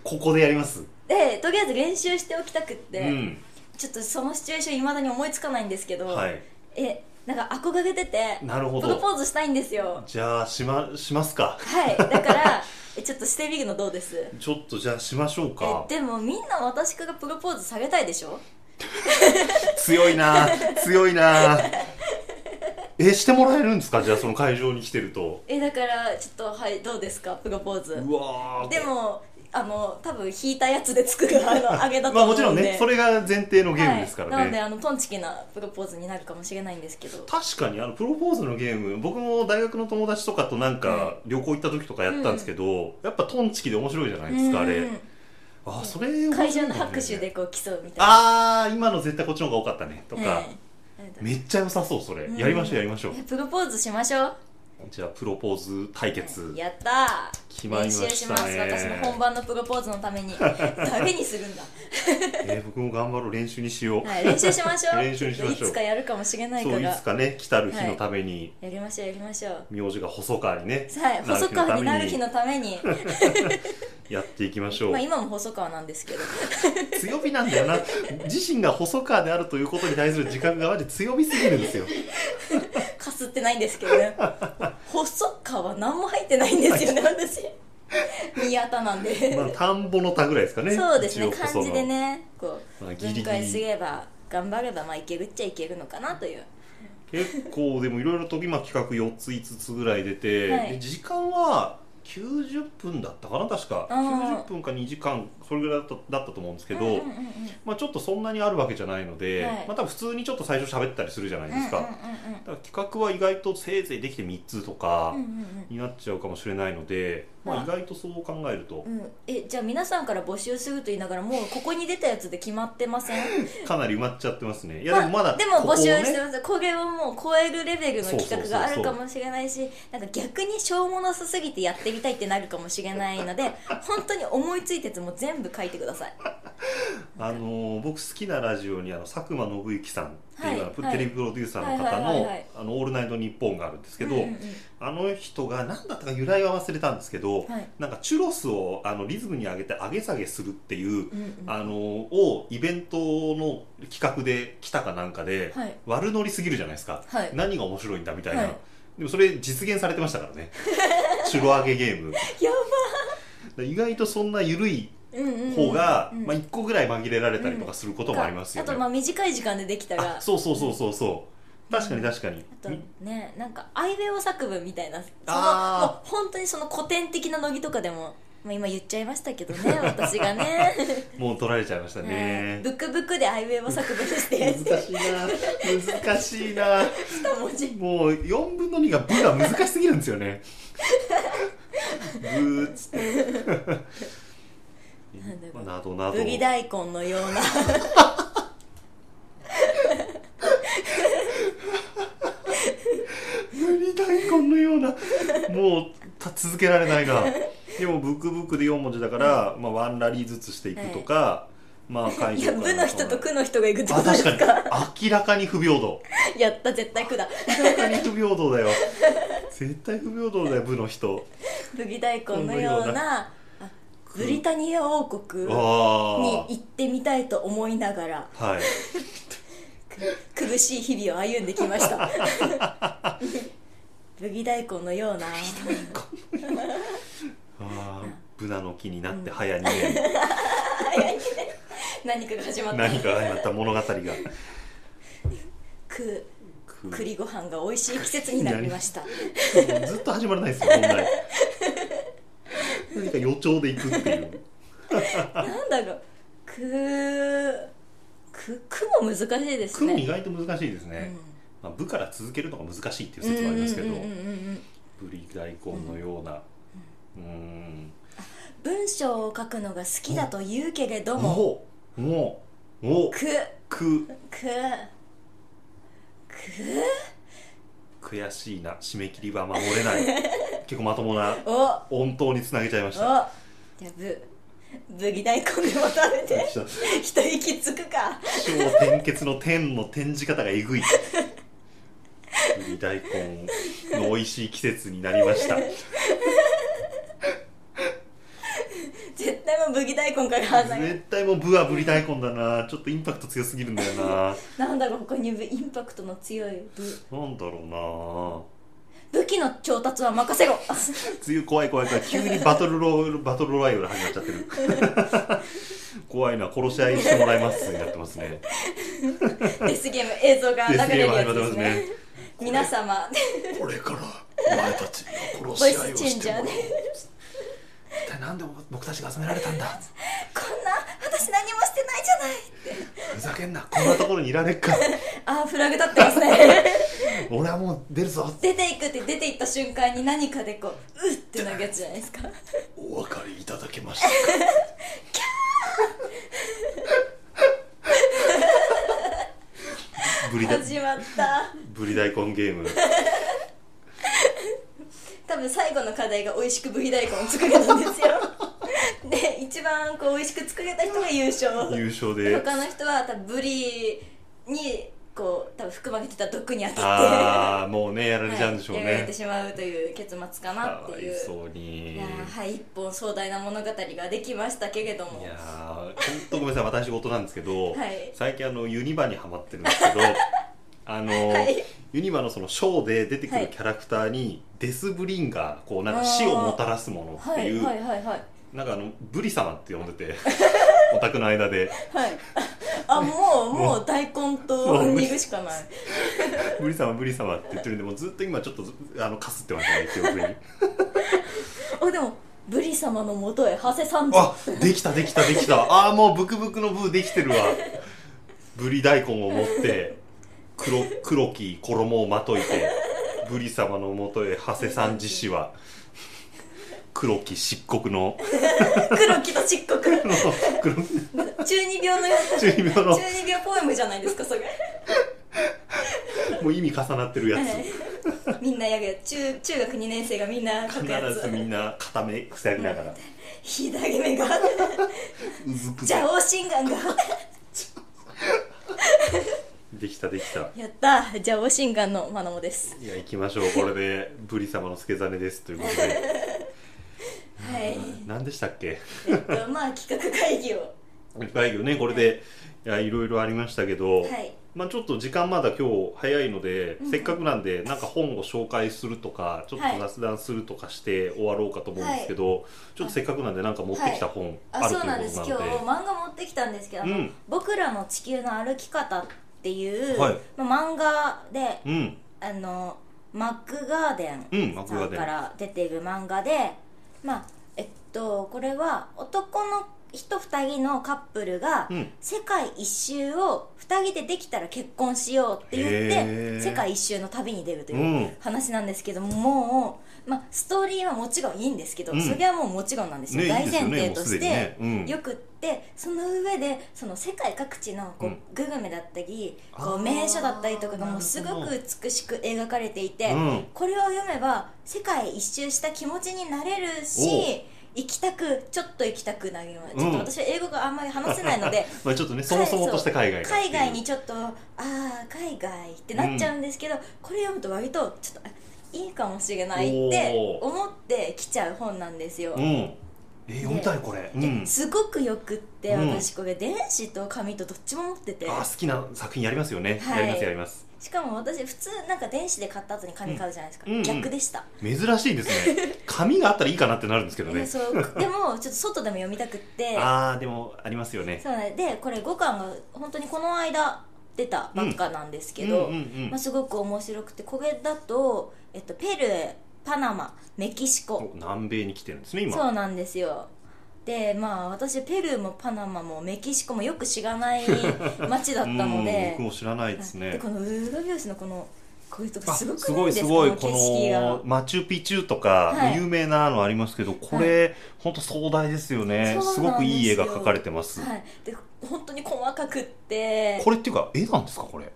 Speaker 3: ここでやります、
Speaker 2: でとりあえず練習しておきたくって、
Speaker 3: うん
Speaker 2: ちょっとそのシチュエーションいまだに思いつかないんですけど、
Speaker 3: はい
Speaker 2: えなんか憧れてて
Speaker 3: なるほ
Speaker 2: プロポ
Speaker 3: ど
Speaker 2: ーズしたいんですよ
Speaker 3: じゃあしましますか
Speaker 2: はいだからえちょっとしてみるのどうです
Speaker 3: ちょっとじゃあしましょう
Speaker 2: え
Speaker 3: か
Speaker 2: でもみんな私からプロポーズされたいでしょ
Speaker 3: 強 いな強いなえしてもらえるんですかじゃあその会場に来てると
Speaker 2: えだからちょっとはいどうですかプロポーズ
Speaker 3: うわー
Speaker 2: でもあの多分引いたやつで作るあ のあげだと
Speaker 3: まあ
Speaker 2: 思うん
Speaker 3: もち
Speaker 2: で
Speaker 3: ろんねそれが前提のゲームですから
Speaker 2: はい、なの
Speaker 3: ね、
Speaker 2: であのトンチキなプロポーズになるかもしれないんですけど
Speaker 3: 確かにあのプロポーズのゲーム僕も大学の友達とかとなんか旅行行った時とかやったんですけど、やっぱトンチキで面白いじゃないですか、あれ
Speaker 2: うん
Speaker 3: あそれ面白い
Speaker 2: 会場の
Speaker 3: かもね
Speaker 2: 拍手でこう競うみたいな
Speaker 3: ああ今の絶対こっちの方が多かったねとか、
Speaker 2: ええ
Speaker 3: めっちゃ良さそうそれ、
Speaker 2: うん
Speaker 3: やりましょうやりましょう
Speaker 2: えプロポーズしましょう
Speaker 3: じゃあプロポーズ対決
Speaker 2: やった
Speaker 3: 決まりま
Speaker 2: 練習
Speaker 3: し
Speaker 2: したます
Speaker 3: ね
Speaker 2: 私の本番のプロポーズのため にダメにするんだ、
Speaker 3: えー僕も頑張ろう練習にしよう、
Speaker 2: はい、練習しましょう
Speaker 3: 練習にしましょう
Speaker 2: いつかやるかもしれないか
Speaker 3: そうい
Speaker 2: ら
Speaker 3: つかね来たる日のために、
Speaker 2: やりましょうやりましょう
Speaker 3: 名字が細川にね
Speaker 2: はい、細川になる日
Speaker 3: な
Speaker 2: のために
Speaker 3: やっていきましょう、
Speaker 2: まあ今も細川なんですけど
Speaker 3: 強火なんだよな自身が細川であるということに対する時間がマジ強火すぎるんですよ
Speaker 2: かすってないんですけどね細川何も入ってないんですよね私宮田なんで、
Speaker 3: まあ田んぼの田ぐらいですかね
Speaker 2: そうですね
Speaker 3: 一応細
Speaker 2: 漢
Speaker 3: 川
Speaker 2: 字でねこう
Speaker 3: まあギリギリ
Speaker 2: 分解すれば頑張ればまあいけるっちゃいけるのかなという
Speaker 3: 結構でもいろいろと今企画4つ5つぐらい出て、
Speaker 2: はい
Speaker 3: で時間は90分だったかな確か
Speaker 2: あー
Speaker 3: 90分か2時間それぐらいだっただったと思うんですけど、
Speaker 2: うんうんうん
Speaker 3: まあ、ちょっとそんなにあるわけじゃないので、
Speaker 2: はい
Speaker 3: まあ、多分普通にちょっと最初喋ったりするじゃないですか,、
Speaker 2: うん
Speaker 3: だから企画は意外とせいぜいできて3つとか
Speaker 2: うんうんうんうん
Speaker 3: になっちゃうかもしれないので、まあ、
Speaker 2: はい
Speaker 3: 意外とそう考えると
Speaker 2: うんうんえじゃあ皆さんから募集すると言いながらもうここに出たやつで決まってま せん
Speaker 3: かなり埋まっちゃってますねい
Speaker 2: い
Speaker 3: やでもまだ
Speaker 2: でも
Speaker 3: ここを
Speaker 2: 募集
Speaker 3: ね
Speaker 2: してますこれをもう超えるレベルの企画があ
Speaker 3: そうそうそうそう
Speaker 2: るかもしれないしなんか逆にしょうもなさすぎてやってみたいってなるかもしれないので 本当に思いついたやつも全部書いてください
Speaker 3: あのー僕好きなラジオにあの佐久間信行さんっていう、
Speaker 2: はい
Speaker 3: あの
Speaker 2: はい
Speaker 3: テレビプロデューサーの
Speaker 2: は
Speaker 3: 方
Speaker 2: いはいはいは
Speaker 3: の
Speaker 2: い
Speaker 3: 「あのオールナイトニッポン」があるんですけど、
Speaker 2: うんうん
Speaker 3: あの人が何だったか由来は忘れたんですけど、
Speaker 2: はい
Speaker 3: なんかチュロスをあのリズムに上げて上げ下げするっていう、
Speaker 2: うんうん
Speaker 3: あのーをイベントの企画で来たかなんかで、
Speaker 2: はい
Speaker 3: 悪乗りすぎるじゃないですか、
Speaker 2: はい
Speaker 3: 何が面白いんだみたいな、
Speaker 2: はい
Speaker 3: でもそれ実現されてましたからねチュロ上げゲ ーム
Speaker 2: や
Speaker 3: 意外とそんな緩い
Speaker 2: うんうんうん
Speaker 3: 方が、
Speaker 2: うん
Speaker 3: まあ、1個ぐらい紛れられたりとかすることもありますよね、
Speaker 2: あとまあ短い時間でできたら
Speaker 3: あそうそうそうそうそう確かに確かに、
Speaker 2: あとねなんかアイウェオ作文みたいなそのも
Speaker 3: あ
Speaker 2: う本当にその古典的な乃木とかでも、まあ、今言っちゃいましたけどね 私がね
Speaker 3: もう取られちゃいました
Speaker 2: うん
Speaker 3: ね、
Speaker 2: ブクブクでアイウェオ作文して
Speaker 3: 難しいな難しいな
Speaker 2: 2文字
Speaker 3: もう4分の2が「ブ」が難しすぎるんですよね「ブー」っつって
Speaker 2: なんだろう
Speaker 3: まあなどなど
Speaker 2: ブリ大根のような
Speaker 3: ブリ大根のようなもうた続けられないなでも「ブクブク」で4文字だから、まあ、ワンラリーずつしていくとか、まあ会
Speaker 2: いや
Speaker 3: 場か
Speaker 2: 部
Speaker 3: ら
Speaker 2: の人と区の人がいくってこ
Speaker 3: あ
Speaker 2: とで
Speaker 3: 確
Speaker 2: す
Speaker 3: か
Speaker 2: か
Speaker 3: に明らかに不平等
Speaker 2: やった絶対区だ
Speaker 3: 明らかに不 平等だよ絶対不平等だよ部の人
Speaker 2: ブリ大根のよ
Speaker 3: このよう
Speaker 2: うなあブリタニア王国に
Speaker 3: あ
Speaker 2: 行ってみたいと思いながら
Speaker 3: あはい
Speaker 2: く苦しい日々を歩んできましたブギ大根のような
Speaker 3: ああブナの木になって早2年、
Speaker 2: 何かが始まった
Speaker 3: 何かがなった物 語が
Speaker 2: く
Speaker 3: く
Speaker 2: 栗ご飯が美味しい季節になりました
Speaker 3: ずっと始まらないですよ問題何か予兆でいくっていう
Speaker 2: なんだろうくくくも難しいです
Speaker 3: 句も
Speaker 2: ね
Speaker 3: 意外と難しいです
Speaker 2: う
Speaker 3: ね
Speaker 2: ん、
Speaker 3: まあ、部から続けるのが難しいっていう説もありますけど
Speaker 2: うんうんうんうんうん
Speaker 3: ブリ大根のようなうんん
Speaker 2: 文章を書くのが好きだと言うけれども
Speaker 3: おおお
Speaker 2: く
Speaker 3: く
Speaker 2: く
Speaker 3: 悔しいな締め切りは守 れない結構まともな
Speaker 2: おお
Speaker 3: 音頭につなげちゃいまし
Speaker 2: じ
Speaker 3: た
Speaker 2: ゃあぶぶぎ大根でも食べ て一息つくか
Speaker 3: 超転結の天の転じ方がえぐいぶり大根の美味しい季節になり ました
Speaker 2: 絶対もうぶぎ大根から離れ
Speaker 3: 絶対もう部はぶり大根だなちょっとインパクト強すぎるんだよな
Speaker 2: なんだろう他にインパクトの強いぶ
Speaker 3: なんだろ
Speaker 2: 武器の調達は任せ ろ
Speaker 3: うな梅雨怖い怖い怖い急にバトルロールバトルロワイヤル始まっちゃってる 怖いな殺し合いしてもらいますになってますね
Speaker 2: デスゲーム映像が
Speaker 3: デス
Speaker 2: 流
Speaker 3: ゲ
Speaker 2: れ
Speaker 3: ー
Speaker 2: るやつ
Speaker 3: ム始まって
Speaker 2: で
Speaker 3: ますす
Speaker 2: ね
Speaker 3: ね
Speaker 2: 皆様
Speaker 3: これからお前たちの
Speaker 2: ボイスチェンジャーでこんな
Speaker 3: 一体なんで僕たちが集められたんだ
Speaker 2: 私何もしてないじゃない
Speaker 3: ふざけんなこんなところにいられっか
Speaker 2: あーフラグ立ってます ね
Speaker 3: 俺はもう出るぞ
Speaker 2: 出ていくって出ていった瞬間に何かでこううってなるやつじゃないですか
Speaker 3: お分かりいただけましたかブリだ
Speaker 2: 始まった
Speaker 3: ブリ大根ゲーム
Speaker 2: 分最後の課題が美味しくブリ大根を作れたん ですよで一番こう美味しく作れた人が優勝
Speaker 3: 優勝で
Speaker 2: 他の人は多分ブリにこう多分含まれてた毒に当た
Speaker 3: ああもうねやら
Speaker 2: って
Speaker 3: れちゃうんでしょう
Speaker 2: はいやられ
Speaker 3: ね
Speaker 2: て、しまうという結末かなって
Speaker 3: かわ
Speaker 2: い
Speaker 3: いうそうに
Speaker 2: いやーはい一本壮大な物語ができましたけれども
Speaker 3: いやーほんとごめんなさい私事なんですけど、
Speaker 2: はい
Speaker 3: 最近あのユニバにハマってるんですけ どあの、
Speaker 2: はい
Speaker 3: ユニバのそのショーで出てく
Speaker 2: はい
Speaker 3: るキャラクターにデスブリンガーこうなんか死をもたらすものっ
Speaker 2: は
Speaker 3: てい、
Speaker 2: いうはいはいはい
Speaker 3: なんかあのブリ様って呼ん でてオタクの間で
Speaker 2: はいあもうもう大根とニグしかない
Speaker 3: ブリ様ブリ様って言ってるんでもうずっと今ちょっとずあのかすってましたね記憶に
Speaker 2: あでもブリ様のもとへ長谷さん
Speaker 3: あできたできたできたああもうブクブクのブーできてるわブリ大根を持って黒黒き衣をまといてブリ様のもとへ長谷さん自身は黒き漆黒の
Speaker 2: 黒木と漆黒中
Speaker 3: 黒
Speaker 2: 二病のやつ
Speaker 3: 中二病の
Speaker 2: 中二病ポエムじゃないですかそれ
Speaker 3: もう意味重なってるやつ
Speaker 2: はいみんなやるやつ中中学2年生がみんな書くや
Speaker 3: 必
Speaker 2: つ
Speaker 3: ずみんな固めくさりながら
Speaker 2: 左目が
Speaker 3: うずく
Speaker 2: 蛇王心眼が
Speaker 3: できたできた
Speaker 2: やった蛇王心眼のマナモです
Speaker 3: いや行きましょうこれでブリ様の助真ですというこ とで
Speaker 2: はい
Speaker 3: 何でしたっけ
Speaker 2: えっ とまあ企画会議を
Speaker 3: 会議をねこれで、い、やいろいろありましたけど、
Speaker 2: はい
Speaker 3: まあ、ちょっと時間まだ今日早いので、
Speaker 2: うん
Speaker 3: せっかくなんでなんか本を紹介するとかちょっと
Speaker 2: はい
Speaker 3: 雑談するとかして終わろうかと思うんですけど、ちょっとせっかくなんでなんか持ってきた本あ
Speaker 2: あ
Speaker 3: る
Speaker 2: そ
Speaker 3: とい
Speaker 2: うなん
Speaker 3: うことな
Speaker 2: です
Speaker 3: の
Speaker 2: 今
Speaker 3: で、
Speaker 2: 日漫画持ってきたんですけど、あの
Speaker 3: うん
Speaker 2: 僕らの地球の歩き方」っていう、
Speaker 3: はい
Speaker 2: まあ漫画で
Speaker 3: うん
Speaker 2: あのマックガーデン
Speaker 3: うんマク
Speaker 2: さ
Speaker 3: ガ
Speaker 2: ん
Speaker 3: デ
Speaker 2: か
Speaker 3: ン
Speaker 2: ら出ている漫画で、まあえっと、これは男の人2人のカップルが
Speaker 3: うん
Speaker 2: 世界一周を2人でできたら結婚しようって言って
Speaker 3: へー
Speaker 2: 世界一周の旅に出ると
Speaker 3: う
Speaker 2: いうん話なんですけどももう、まあ、ストーリーはもちろんいいんですけど、
Speaker 3: うん
Speaker 2: それはもうもちろんなんですよ、
Speaker 3: ねい
Speaker 2: 大
Speaker 3: いです
Speaker 2: 前
Speaker 3: よね
Speaker 2: 提
Speaker 3: もう
Speaker 2: と
Speaker 3: す
Speaker 2: し
Speaker 3: で
Speaker 2: て
Speaker 3: にね、うん、
Speaker 2: よくってその上でその世界各地のこう、
Speaker 3: うん
Speaker 2: グルメだったり
Speaker 3: あー
Speaker 2: こう名所だったりとかがもうすご
Speaker 3: な
Speaker 2: く
Speaker 3: る
Speaker 2: 美しく描かれていて、
Speaker 3: うん
Speaker 2: これを読めば世界一周した気持ちになれるし行きたくちょっと行きたくなります、
Speaker 3: うん
Speaker 2: ちょっと私は英語があんまり話せないの で
Speaker 3: まあ、ちょっとねそもそもとして海外がっていう
Speaker 2: 海外にちょっとああ海外ってなっちゃうんですけど、これ読むと割とちょっとあいいかもしれないって
Speaker 3: お
Speaker 2: 思ってきちゃう本なんですよ。
Speaker 3: うんえー読みたいこれ、う
Speaker 2: で
Speaker 3: ん、
Speaker 2: すごくよくって
Speaker 3: うん
Speaker 2: 私これ電子と紙とどっちも持ってて、
Speaker 3: あー好きな作品やりますよね、
Speaker 2: はい
Speaker 3: やりますやります
Speaker 2: しかも私普通なんか電子で買った後に紙買うじゃないですか、
Speaker 3: うんうん
Speaker 2: 逆でした、
Speaker 3: 珍しいですね 紙があったらいいかなってなるんですけど
Speaker 2: え
Speaker 3: ね
Speaker 2: そうでもちょっと外でも読みたくって
Speaker 3: ああでもありますよね
Speaker 2: そうねでこれ5巻が本当にこの間出たばっかなんですけど、
Speaker 3: うんうんうん
Speaker 2: まあ、すごく面白くてこれだと、えっと、ペルーパナマメキシコ
Speaker 3: お南米に来てるんですね今
Speaker 2: そうなんですよでまあ私ペルーもパナマもメキシコもよく知ら ない街だったの
Speaker 3: うん
Speaker 2: で
Speaker 3: 僕も知らないです
Speaker 2: はい
Speaker 3: ね
Speaker 2: このウーロ拍子のこのこういうとこ
Speaker 3: あ
Speaker 2: すごく
Speaker 3: す
Speaker 2: な
Speaker 3: ご
Speaker 2: い
Speaker 3: い
Speaker 2: ですす
Speaker 3: ごい
Speaker 2: こ
Speaker 3: こ
Speaker 2: の景色
Speaker 3: の
Speaker 2: が。
Speaker 3: マチュピチュとか
Speaker 2: はい
Speaker 3: 有名なのありますけどこれ本当壮大ですよ
Speaker 2: そ
Speaker 3: ね
Speaker 2: うなんですよ
Speaker 3: ごくいい絵が描かれてます
Speaker 2: はい、で本当に細かくって
Speaker 3: これっていうか絵なんですかこれ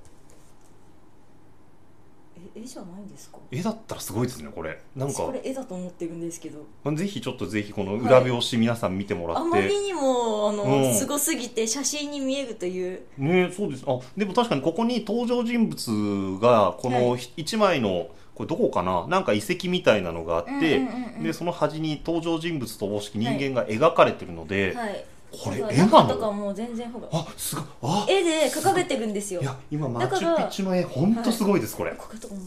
Speaker 2: え絵じゃないんですか
Speaker 3: 絵だったらすごいですねこれなん
Speaker 2: 私
Speaker 3: か
Speaker 2: これ絵だと思ってるんですけど
Speaker 3: ぜひちょっとぜひこの裏表紙皆さん見てもら
Speaker 2: あ
Speaker 3: っ
Speaker 2: まり
Speaker 3: て
Speaker 2: にもあの、
Speaker 3: うん
Speaker 2: すごすぎて写真に見えるという
Speaker 3: ねそうですあでも確かにここに登場人物がこの1枚のこれどこかななんか遺跡みたいなのがあって
Speaker 2: うんうんうんうん
Speaker 3: でその端に登場人物とおぼしき人間が描かれてるので、
Speaker 2: はい
Speaker 3: これ
Speaker 2: だから
Speaker 3: 絵なの
Speaker 2: 中とかもう全然ほら
Speaker 3: あすごいあ
Speaker 2: 絵で描かれてるんですよ
Speaker 3: いや今マ
Speaker 2: だか
Speaker 3: チ
Speaker 2: ら
Speaker 3: ュピチュの絵ほんとすごいですこれ、
Speaker 2: こことかも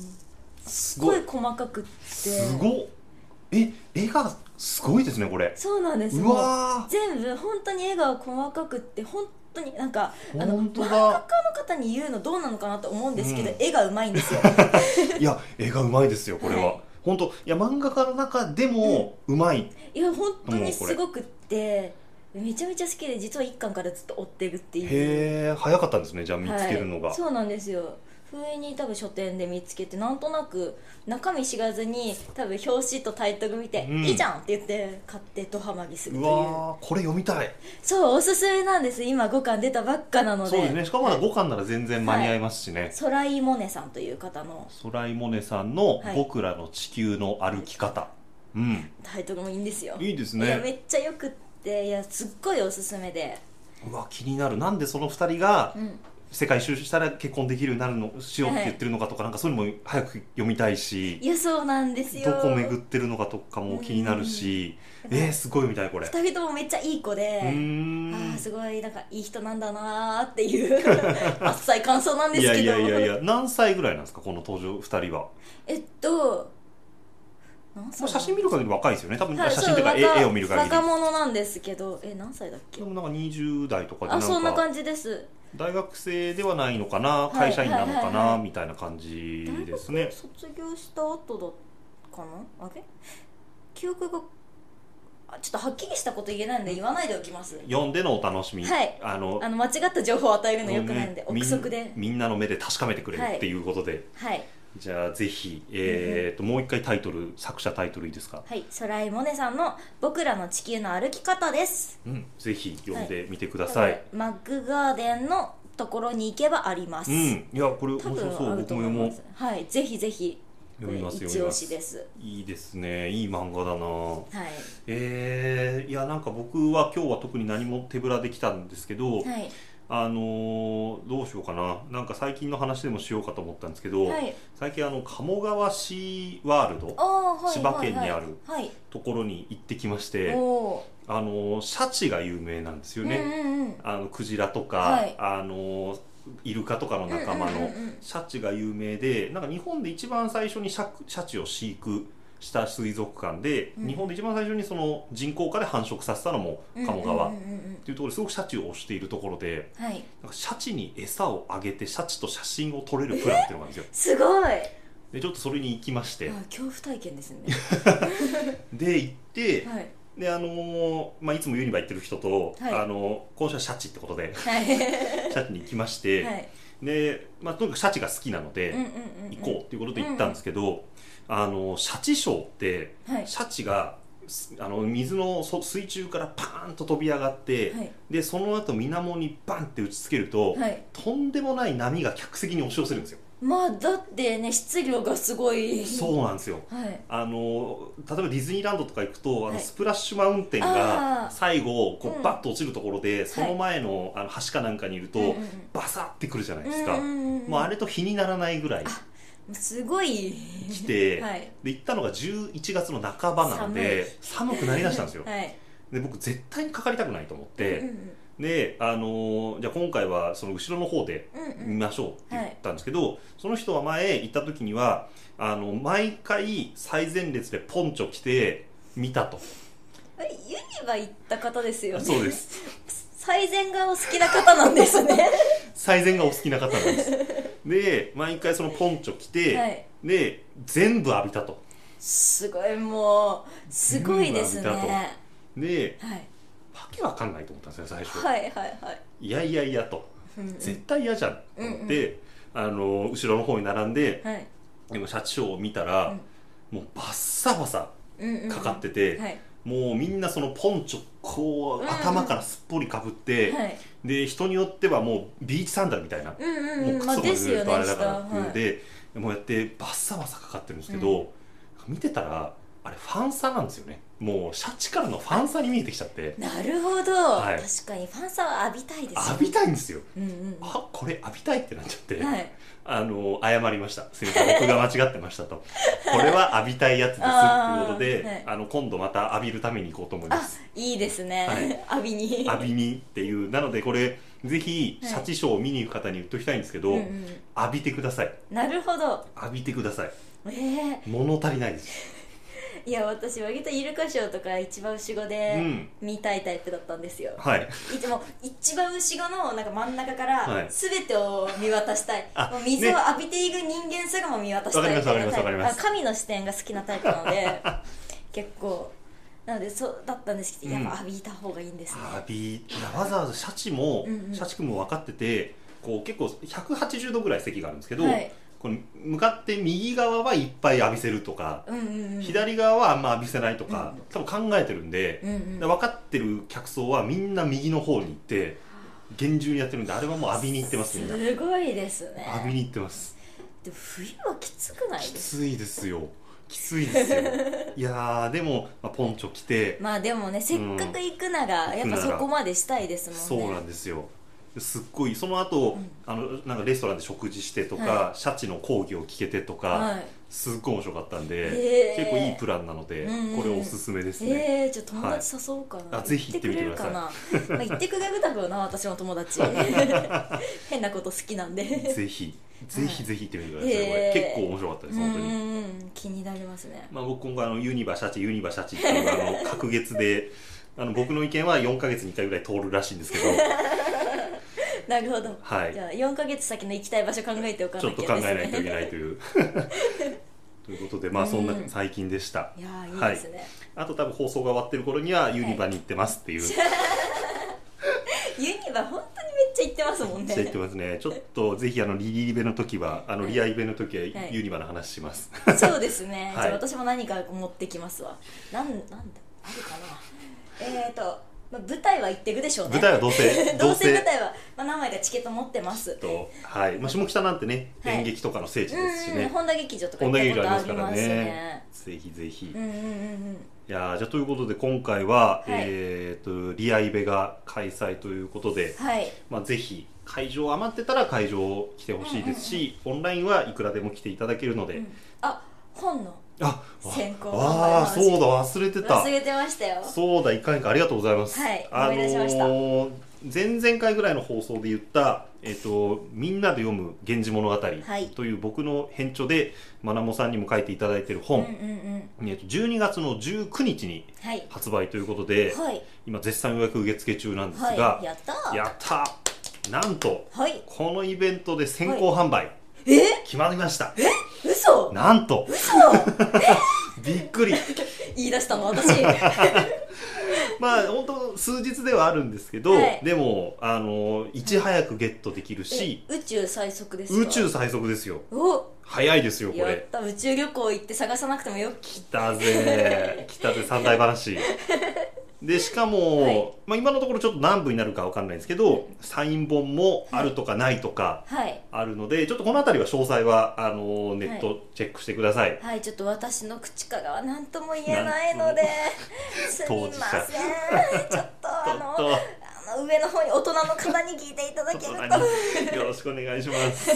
Speaker 2: す
Speaker 3: す
Speaker 2: ご
Speaker 3: ご
Speaker 2: い
Speaker 3: い
Speaker 2: 細かくって
Speaker 3: すごっえ絵がすごいですねこれ
Speaker 2: そうなんです
Speaker 3: うわー
Speaker 2: 全部本当に絵が細かくって本当になんかあの
Speaker 3: 本当
Speaker 2: 漫
Speaker 3: だ
Speaker 2: 画家の方に言うのどうなのかなと思うんですけど、
Speaker 3: うん
Speaker 2: 絵がうまいん ですよ
Speaker 3: いや絵がうまいですよこれは、
Speaker 2: はい
Speaker 3: ほんといや漫画家の中でもうまい、
Speaker 2: いや本当にすごくってめちゃめちゃ好きで実は一巻からずっと追ってるっていう
Speaker 3: へえ早かったんですねじゃあ見つけるのが、
Speaker 2: はい、そうなんですよ不意に多分書店で見つけてなんとなく中身知らずに多分表紙とタイトル見て「
Speaker 3: うん
Speaker 2: いいじゃん!」って言って買ってドハマりする
Speaker 3: う
Speaker 2: という
Speaker 3: わーこれ読みたい
Speaker 2: そうおすすめなんです今5巻出たばっかなので
Speaker 3: そうですねしかもまだ5巻なら全然間に合いますしね、
Speaker 2: ソライモネさんという方の
Speaker 3: ソライモネさんの
Speaker 2: は
Speaker 3: 「
Speaker 2: い
Speaker 3: 僕らの地球の歩き方」うん
Speaker 2: タイトルもいいんですよ
Speaker 3: いいです
Speaker 2: いやめ
Speaker 3: ね
Speaker 2: っちゃよくっていやすっごいおすすめで、
Speaker 3: うわ気になるなんでその2人が
Speaker 2: うん、
Speaker 3: 世界一周したら結婚できるようになるのしようって言ってるのかとか、なんかそういうのも早く読みたいし
Speaker 2: いやそうなんですよ
Speaker 3: どこ巡ってるのかとかも気になるし、
Speaker 2: うん
Speaker 3: えー、すごいみたいこれ
Speaker 2: 2人ともめっちゃいい子で
Speaker 3: うーん
Speaker 2: ああすごいなんかいい人なんだなーっていう あっさい感想なんで
Speaker 3: い
Speaker 2: す
Speaker 3: や
Speaker 2: けど
Speaker 3: いやいやいや何歳ぐらいなんですかこの登場2人は
Speaker 2: えっと何
Speaker 3: まあ
Speaker 2: 歳
Speaker 3: 写真見る限り若いですよね多分
Speaker 2: はい
Speaker 3: 写真というか
Speaker 2: そう
Speaker 3: 絵
Speaker 2: 若
Speaker 3: 絵を見る限り
Speaker 2: 若者なんですけどえ何歳だっけ
Speaker 3: でもなんか20代とかで
Speaker 2: あそん
Speaker 3: な
Speaker 2: なん
Speaker 3: か
Speaker 2: 感じです
Speaker 3: 大学生ではないのかな
Speaker 2: はい
Speaker 3: 会社員なのか
Speaker 2: はいはいは
Speaker 3: ないみたいな感じ
Speaker 2: 大
Speaker 3: です
Speaker 2: 学
Speaker 3: ね
Speaker 2: 卒業した後だかなあれ記憶があちょっとはっきりしたこと言えないんで言わないでおきます
Speaker 3: 読んでのお楽しみ、
Speaker 2: はい
Speaker 3: あの
Speaker 2: あの間違った情報を与えるのよくないんで、
Speaker 3: もうね
Speaker 2: 憶測で
Speaker 3: みんみんなの目で確かめてくれ
Speaker 2: はい
Speaker 3: っていうことで、
Speaker 2: はい
Speaker 3: じゃあぜひ、えーともう一回タイトル作者タイトルいいですか、
Speaker 2: はいソライモネさんの「僕らの地球の歩き方」です
Speaker 3: うん、ぜひ読んでみてください、
Speaker 2: マッグガーデンのところに行けばあります、
Speaker 3: うん、いやこれ面
Speaker 2: 多
Speaker 3: 白そう
Speaker 2: 分ある
Speaker 3: 僕
Speaker 2: と
Speaker 3: も
Speaker 2: 思いま
Speaker 3: 読も
Speaker 2: すはいぜひぜひ
Speaker 3: う読みます
Speaker 2: これ一
Speaker 3: 読みま
Speaker 2: 押し
Speaker 3: す
Speaker 2: です
Speaker 3: いいですねいい漫画だな
Speaker 2: はい
Speaker 3: えー、いやなんか僕は今日は特に何も手ぶらできたんですけど、
Speaker 2: はい
Speaker 3: あのーどうしようかななんか最近の話でもしようかと思ったんですけど、
Speaker 2: はい
Speaker 3: 最近あの鴨川シーワールド
Speaker 2: ああはい
Speaker 3: 千葉県にある
Speaker 2: はいはい、
Speaker 3: ところに行ってきまし
Speaker 2: はい、
Speaker 3: て
Speaker 2: おお
Speaker 3: あのーシャチが有名なんですよね、
Speaker 2: うんうんうん
Speaker 3: あのクジラとか、
Speaker 2: はい
Speaker 3: あのイルカとかの仲間
Speaker 2: うんうん
Speaker 3: の
Speaker 2: うんうん
Speaker 3: シャチが有名でなんか日本で一番最初にシャクシャチを飼育した水族館で、
Speaker 2: うん
Speaker 3: 日本で一番最初にその人工化で繁殖させたのも鴨川、
Speaker 2: うんう
Speaker 3: っ
Speaker 2: んうんうん
Speaker 3: ていうところですごくシャチを推しているところで
Speaker 2: うんはい
Speaker 3: なんかシャチに餌をあげてシャチと写真を撮れるプランっていうのがあるんですよ
Speaker 2: すごいあ
Speaker 3: でちょっとそれに行きまして
Speaker 2: 恐怖体験ですね
Speaker 3: で行って、
Speaker 2: はい
Speaker 3: であのーまあ、いつもユニバ行ってる人と、
Speaker 2: はい
Speaker 3: あのー今週はシャチってことで
Speaker 2: はい
Speaker 3: シャチに行きまして、
Speaker 2: はい
Speaker 3: で、まあ、とにかくシャチが好きなので、
Speaker 2: うんうんうん
Speaker 3: 行こうっていうことで行ったんですけど、あのシャチショーって
Speaker 2: うんはい
Speaker 3: シャチがすあの水のそ水中からパーンと飛び上がって、
Speaker 2: はい
Speaker 3: でその後水面にバンって打ちつけると、
Speaker 2: はい
Speaker 3: とんでもない波が客席に押し寄せるんですよ。
Speaker 2: まあだってね質量がすごい
Speaker 3: そうなんですよ
Speaker 2: はい
Speaker 3: あの例えばディズニーランドとか行くとあ
Speaker 2: は
Speaker 3: の
Speaker 2: い
Speaker 3: スプラッシュマウンテン
Speaker 2: あー
Speaker 3: が最後こ
Speaker 2: う
Speaker 3: うんバッと落ちるところで、その前のあの橋かなんかにいると、
Speaker 2: うんうんうん
Speaker 3: バサッてくるじゃないですか、
Speaker 2: うんうんうん
Speaker 3: もうあれと比にならないぐらい
Speaker 2: すごい
Speaker 3: 来て、
Speaker 2: はい
Speaker 3: で行ったのが11月の半ばなので寒くなりだしたんです よ、
Speaker 2: はい
Speaker 3: で僕絶対にかかりたくないと思って、
Speaker 2: うんうん
Speaker 3: で、あのーじゃあ今回はその後ろの方で
Speaker 2: うんうん
Speaker 3: 見ましょうって言ったんですけど、その人は前行った時にはあの毎回最前列でポンチョ着て見たと
Speaker 2: あれユニバ行った方ですよね
Speaker 3: そうです
Speaker 2: 最善がお好きな方なんですね
Speaker 3: 最前がお好きな方なんですで毎回そのポンチョ着て、
Speaker 2: はい
Speaker 3: で全部浴びたと
Speaker 2: すごいもうすごいですね
Speaker 3: ユニバ見
Speaker 2: は
Speaker 3: で
Speaker 2: い
Speaker 3: わけわかんないと思ったんですよ最初、
Speaker 2: はいはいはい
Speaker 3: いやいやいやと
Speaker 2: うんうん
Speaker 3: 絶対嫌じゃんと思って、あの後ろの方に並んで
Speaker 2: はい
Speaker 3: でもシャチショーを見たら、もうバッサバサ
Speaker 2: うんうんうん
Speaker 3: かかってて、
Speaker 2: はい
Speaker 3: もうみんなそのポンチョ
Speaker 2: う
Speaker 3: こ
Speaker 2: ん
Speaker 3: う
Speaker 2: うん
Speaker 3: 頭からすっぽりかぶって、
Speaker 2: はい
Speaker 3: で人によってはもうビーチサンダルみたいな、
Speaker 2: うんうん
Speaker 3: も
Speaker 2: う
Speaker 3: うん靴
Speaker 2: まあ
Speaker 3: とか
Speaker 2: です
Speaker 3: ず
Speaker 2: よ
Speaker 3: っ
Speaker 2: ね
Speaker 3: とあれだ
Speaker 2: 下
Speaker 3: から
Speaker 2: は
Speaker 3: っていうの
Speaker 2: い
Speaker 3: で、もうやってバッサバサかかってるんですけど、見てたらあれファンサなんですよねもうシャチからのファンサに見えてきちゃって
Speaker 2: なるほど、
Speaker 3: はい
Speaker 2: 確かにファンサは浴びたいですよね
Speaker 3: 浴びたいんですよ
Speaker 2: うんうん
Speaker 3: あこれ浴びたいってなっちゃって、
Speaker 2: はい
Speaker 3: あの謝りましたすみません僕が間違ってましたとこれは浴びたいやつですっていうことで
Speaker 2: あーはい
Speaker 3: あの今度また浴びるために行こうと思いま
Speaker 2: あ
Speaker 3: す
Speaker 2: いいですね、
Speaker 3: はい
Speaker 2: 浴びに
Speaker 3: 浴びにっていうなのでこれぜひシャチショーを見に行く方に言っときたいんですけど、
Speaker 2: うんうん
Speaker 3: 浴びてください
Speaker 2: なるほど
Speaker 3: 浴びてください
Speaker 2: ええ
Speaker 3: 物足りないです
Speaker 2: いや私割とイルカショーとか一番後ろで
Speaker 3: うん
Speaker 2: 見たいタイプだったんですよ、
Speaker 3: はい
Speaker 2: いつも一番後ろのなんか真ん中か
Speaker 3: は
Speaker 2: ら
Speaker 3: い
Speaker 2: 全てを見渡したい、
Speaker 3: あ
Speaker 2: もう水を浴びている人間すらも見渡したい
Speaker 3: わかります
Speaker 2: みたいな
Speaker 3: わかりますわかりま
Speaker 2: タ
Speaker 3: す
Speaker 2: イプあ神の視点が好きなタイプなの で結構なのでそうだったんですけど、
Speaker 3: うん
Speaker 2: やっぱ浴びた方がいいんですね
Speaker 3: 浴びいやわざわざシャチも、
Speaker 2: うんうん
Speaker 3: シャチ君も分かっててこう結構180度ぐらい席があるんですけど、
Speaker 2: はい
Speaker 3: この向かって右側はいっぱい浴びせるとか、
Speaker 2: うんうんうん、
Speaker 3: 左側はあんま浴びせないとか、
Speaker 2: うん
Speaker 3: 多分考えてるんで、
Speaker 2: うんうん
Speaker 3: で分かってる客層はみんな右の方に行って厳重にやってるんであれはもう浴びに行ってますみんな
Speaker 2: すごいですね
Speaker 3: 浴びに行ってます
Speaker 2: でも冬はきつくない
Speaker 3: き
Speaker 2: です
Speaker 3: ついですよきついですよいやーでも、まあ、ポンチョ着て、
Speaker 2: まあでもねせっかく行くなら、
Speaker 3: うん
Speaker 2: やっぱそこまでしたいですも
Speaker 3: そ
Speaker 2: ん
Speaker 3: う
Speaker 2: ね
Speaker 3: なんですよすっごいその後、
Speaker 2: うん
Speaker 3: あのなんかレストランで食事してとか、
Speaker 2: は
Speaker 3: シャチの講義を聞けてとか、
Speaker 2: はい
Speaker 3: すっごい面白かったん
Speaker 2: へ
Speaker 3: で
Speaker 2: ー
Speaker 3: 結構いいプランなので、
Speaker 2: うんうん
Speaker 3: これおすすめです
Speaker 2: え
Speaker 3: ね、
Speaker 2: ー、じゃあ友達誘おうかな、
Speaker 3: はいあぜひ行ってみてください
Speaker 2: 行ってくれる かな、まあ、行ってくれるだろうな私の友達変なこと好きなんで
Speaker 3: ぜひぜひぜひ行ってみてください、
Speaker 2: へー
Speaker 3: これ結構面白かった
Speaker 2: う
Speaker 3: です
Speaker 2: んう
Speaker 3: 本当に、
Speaker 2: んうん気になりますね
Speaker 3: まあ、僕今後あのユニバシャチユニバシャチっていうのがあの隔月であの僕の意見は4か月に1回ぐらい通るらしいんですけど
Speaker 2: なるほど
Speaker 3: はい
Speaker 2: じゃあ4ヶ月先の行きたい場所考えておかな
Speaker 3: ち
Speaker 2: き
Speaker 3: ょ
Speaker 2: ゃ
Speaker 3: っ
Speaker 2: です
Speaker 3: と
Speaker 2: ね
Speaker 3: 考えないといけない というということでまあそんな
Speaker 2: うん
Speaker 3: 最近でした、
Speaker 2: いやーいい
Speaker 3: は
Speaker 2: で
Speaker 3: い
Speaker 2: すね、
Speaker 3: あと多分放送が終わってる頃にはユニバに行ってますっていう、
Speaker 2: ユニバ本当にめっちゃ行ってますもん
Speaker 3: めっちゃ言って
Speaker 2: ね
Speaker 3: ますねちょっとぜひあのリリーベの時はあの
Speaker 2: はい
Speaker 3: リアイベの時は
Speaker 2: はい
Speaker 3: ユニバの話します、
Speaker 2: そうですね、
Speaker 3: はい
Speaker 2: じゃあ私も何か持ってきますわなんなんだあるかなえーと、まあ、舞台は行ってるでしょうね
Speaker 3: 舞台はどうせ
Speaker 2: どうせ舞台は、まあ、何枚かチケット持ってます
Speaker 3: とはい、まあ、下北なんてね、
Speaker 2: はい
Speaker 3: 演劇とかの聖地ですし
Speaker 2: うんうん
Speaker 3: ね
Speaker 2: 本田劇場とか行
Speaker 3: こん
Speaker 2: ったこ
Speaker 3: だけ以上
Speaker 2: と
Speaker 3: あ
Speaker 2: あ
Speaker 3: ります
Speaker 2: り
Speaker 3: から
Speaker 2: ます
Speaker 3: ね
Speaker 2: ね
Speaker 3: ぜひぜひ、
Speaker 2: うんうんうんうん
Speaker 3: いやーじゃあということで今回は、
Speaker 2: はい
Speaker 3: えー、とリアイベが開催ということで、
Speaker 2: はい
Speaker 3: まあ、ぜひ会場余ってたら会場来てほしいですし、オンラインはいくらでも来ていただけるので、
Speaker 2: うんあ本の
Speaker 3: あ
Speaker 2: 先行販売の話
Speaker 3: ああーそうだ忘れてた
Speaker 2: 忘れてましたよ
Speaker 3: そうだいかんかありがとうございます、
Speaker 2: はい
Speaker 3: あの
Speaker 2: 思い出しました
Speaker 3: ー前々回ぐらいの放送で言った「えっとみんなで読む源氏物語」
Speaker 2: はい
Speaker 3: という僕の編著でまなもさんにも書いていただいて
Speaker 2: うんう
Speaker 3: る
Speaker 2: ん
Speaker 3: 本、
Speaker 2: うん
Speaker 3: えっと12月の19日に
Speaker 2: はい
Speaker 3: 発売ということで、
Speaker 2: はい
Speaker 3: 今絶賛予約受付中なんですが、
Speaker 2: はいやったー
Speaker 3: やったーなんと
Speaker 2: はい
Speaker 3: このイベントで先行販売、
Speaker 2: え
Speaker 3: 決まりました
Speaker 2: 嘘
Speaker 3: なんと
Speaker 2: 嘘
Speaker 3: びっくり
Speaker 2: 言い出 したの私
Speaker 3: まあ本当数日ではあるんですけど、
Speaker 2: はい
Speaker 3: でもあのいち早くゲットできるし、
Speaker 2: え宇宙最速ですか
Speaker 3: 宇宙最速ですよ
Speaker 2: お
Speaker 3: 早いですよこ
Speaker 2: やっ
Speaker 3: れ
Speaker 2: た宇宙旅行行って探さなくてもよ
Speaker 3: 来 たぜ来たぜ三大話でしかも、
Speaker 2: はい
Speaker 3: まあ、今のところちょっと何部になるかわかんないんですけどサイン本もあるとかないとか
Speaker 2: はい
Speaker 3: あるので、ちょっとこの辺りは詳細はあのネッ
Speaker 2: は
Speaker 3: トチェックしてください、
Speaker 2: はいちょっと私の口からは何とも言えないの ですみませんちょっと
Speaker 3: ちょ
Speaker 2: あ
Speaker 3: っ
Speaker 2: の
Speaker 3: と
Speaker 2: あの上の方に大人の方に聞いていただけると
Speaker 3: 大人によろしくお願いします。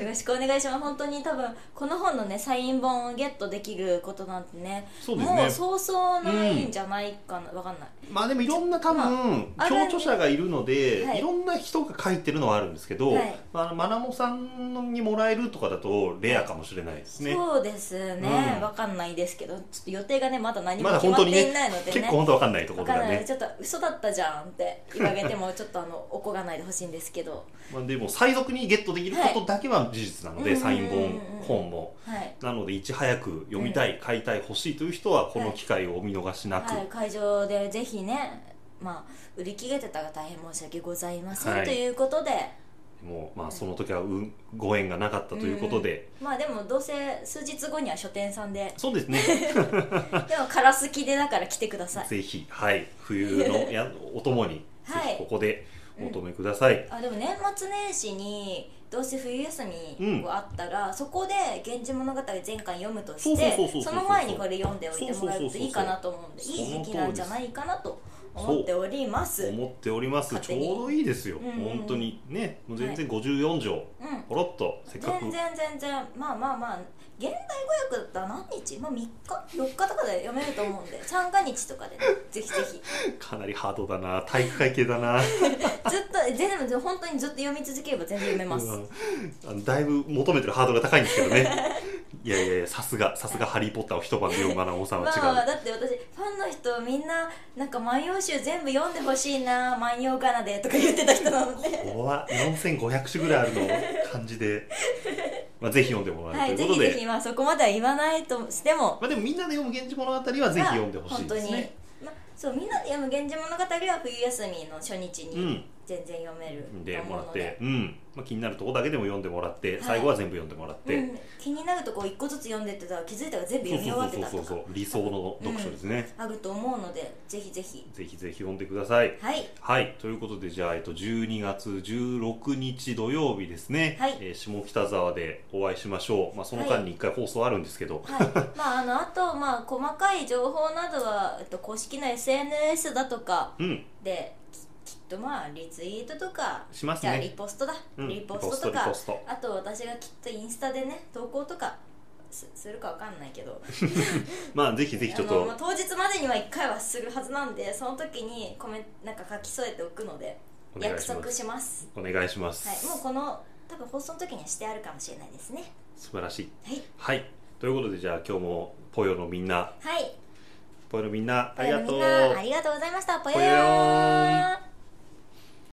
Speaker 2: よろしくお願いします本当に多分この本のねサイン本をゲットできることなんてね
Speaker 3: そうですね
Speaker 2: もうそうそうないんじゃないかな、わかんない
Speaker 3: まあでもいろんな多分
Speaker 2: まあ
Speaker 3: 共著者がいるので、
Speaker 2: はい
Speaker 3: い、ろんな人が書いてるのはあるんですけど、
Speaker 2: はい
Speaker 3: まああのマナモさんにもらえるとかだとレアかもしれないですね。
Speaker 2: そうですね、
Speaker 3: うん
Speaker 2: わかんないですけどちょっと予定がねまだ何も
Speaker 3: まだ
Speaker 2: 決
Speaker 3: 本
Speaker 2: まっ
Speaker 3: 当に
Speaker 2: て
Speaker 3: ね
Speaker 2: いないのでね
Speaker 3: 結構本当わかんないとこ
Speaker 2: わ
Speaker 3: ろ
Speaker 2: かん
Speaker 3: が
Speaker 2: ない
Speaker 3: ね。
Speaker 2: ちょっと嘘だったじゃんって言われてもちょっとあのおこがないでほしいんですけ ど
Speaker 3: まあでも最速にゲットできることだけは事実なので、
Speaker 2: はい
Speaker 3: サイン
Speaker 2: うんうん
Speaker 3: 本
Speaker 2: うんうん
Speaker 3: 本も。
Speaker 2: はい、
Speaker 3: なのでいち早く読みたい、買いたい欲しいという人はこの機会をお見逃しなく、
Speaker 2: はい、会場でぜひねまあ売り切れてたら大変申し訳ございません、
Speaker 3: はい
Speaker 2: ということで
Speaker 3: もうまあその時は運ご縁がなかったということで、
Speaker 2: まあでもどうせ数日後には書店さんで
Speaker 3: そうですね
Speaker 2: でもカラス着でだから来てください
Speaker 3: ぜひ、はい、冬 のやお供に、
Speaker 2: はい
Speaker 3: ぜひここでお求めください。
Speaker 2: あでも年末年始にどうせ冬休
Speaker 3: う
Speaker 2: み
Speaker 3: ん
Speaker 2: があったら、そこで「源氏物語」前回読むとし
Speaker 3: そうそうそうそうそ
Speaker 2: て
Speaker 3: う
Speaker 2: そ
Speaker 3: そ
Speaker 2: うの前にこれ読んでおいてもらえるといいかなと思うんで
Speaker 3: そう
Speaker 2: い
Speaker 3: そう
Speaker 2: い
Speaker 3: そうそう
Speaker 2: 時期なんじゃないかなと思っておりますうん
Speaker 3: 思っております。
Speaker 2: 勝
Speaker 3: ち
Speaker 2: 手に
Speaker 3: ょうどいいですよ。
Speaker 2: うんうん
Speaker 3: 本当にね、もう全然54条、ポロっとせっかく
Speaker 2: 全。然全然まあまあまあ現代語訳だったら何日、まあ、3日4日とかで読めると思うんで 三が日とかで、ね、ぜひぜひ
Speaker 3: かなりハードだな、体育会系だな。
Speaker 2: ずっと全部本当にずっと読み続ければ全然読めます、
Speaker 3: うん あのだいぶ求めてるハードルが高いんですけどね。 いやいやいや、さすが、さすがハリー・ポッターを一晩で読むマナモさんは
Speaker 2: ま
Speaker 3: 違う。
Speaker 2: あ、だって私ファンの人みんな「なんか万葉集全部読んでほしいな万葉仮名で」とか言ってた人なので
Speaker 3: ここは4500種ぐらいあるの感 じで、 まあ、ぜひ読んでもら
Speaker 2: は
Speaker 3: える
Speaker 2: いぜ
Speaker 3: という
Speaker 2: ひ
Speaker 3: こと
Speaker 2: ぜ
Speaker 3: で、
Speaker 2: ひまあそこまでは言わないとしても
Speaker 3: まあ、でもみんなで読む源氏物語はぜひ読んでほしいですね。
Speaker 2: まあ本当に、まあ、そうみんなで読む「源氏物語」は冬休みの初日
Speaker 3: うん
Speaker 2: に全然読める
Speaker 3: で
Speaker 2: と思
Speaker 3: もら
Speaker 2: う
Speaker 3: っ
Speaker 2: の
Speaker 3: て、うんまあ、気になるとこだけでも読んでもらって、
Speaker 2: い
Speaker 3: 最後は全部読んでもらって、
Speaker 2: うん、気になるとこ一個ずつ読んでってたら気づいたら全部
Speaker 3: そう
Speaker 2: 読み終わ
Speaker 3: そ
Speaker 2: っ
Speaker 3: う
Speaker 2: て
Speaker 3: そう
Speaker 2: たと
Speaker 3: そうそう
Speaker 2: か
Speaker 3: 理想の読書ですね、
Speaker 2: あると思うのでぜひぜひ
Speaker 3: ぜひぜひ読んでください
Speaker 2: はい
Speaker 3: はいということでじゃあ、えっと、12月16日土曜日ですね、
Speaker 2: はい
Speaker 3: えー下北沢でお会いしましょう、まあ、その間に1回放送あるんですけど、
Speaker 2: はい、まああのあとまあ細かい情報などは、えっと、公式の SNS だとか
Speaker 3: うん
Speaker 2: でききっとまあリツイートとか
Speaker 3: します
Speaker 2: じゃあリ
Speaker 3: ね
Speaker 2: ポストだ、
Speaker 3: うん
Speaker 2: リポストと
Speaker 3: リ
Speaker 2: か
Speaker 3: ポスト
Speaker 2: あと私がきっとインスタでね投稿とかすするかわかんないけど
Speaker 3: まあぜひぜ ひちょっ
Speaker 2: あのまあ
Speaker 3: と
Speaker 2: 当日までには1回はするはずなんでその時にコメンなんか書き添えておくので
Speaker 3: お願い
Speaker 2: 約
Speaker 3: しま
Speaker 2: 束
Speaker 3: す
Speaker 2: します
Speaker 3: お願いします、
Speaker 2: はい、もうこの多分放送の時にはしてあるかもしれないですね
Speaker 3: 素晴らしい
Speaker 2: はい
Speaker 3: はいということでじゃあ今日もポヨのみんな
Speaker 2: はい
Speaker 3: ポヨのみんなあ
Speaker 2: ぽ
Speaker 3: り
Speaker 2: よ
Speaker 3: が
Speaker 2: の
Speaker 3: と
Speaker 2: み
Speaker 3: うん
Speaker 2: なありがとうございましたぽよよ
Speaker 3: ぽよよ
Speaker 2: ー
Speaker 3: ー
Speaker 2: ん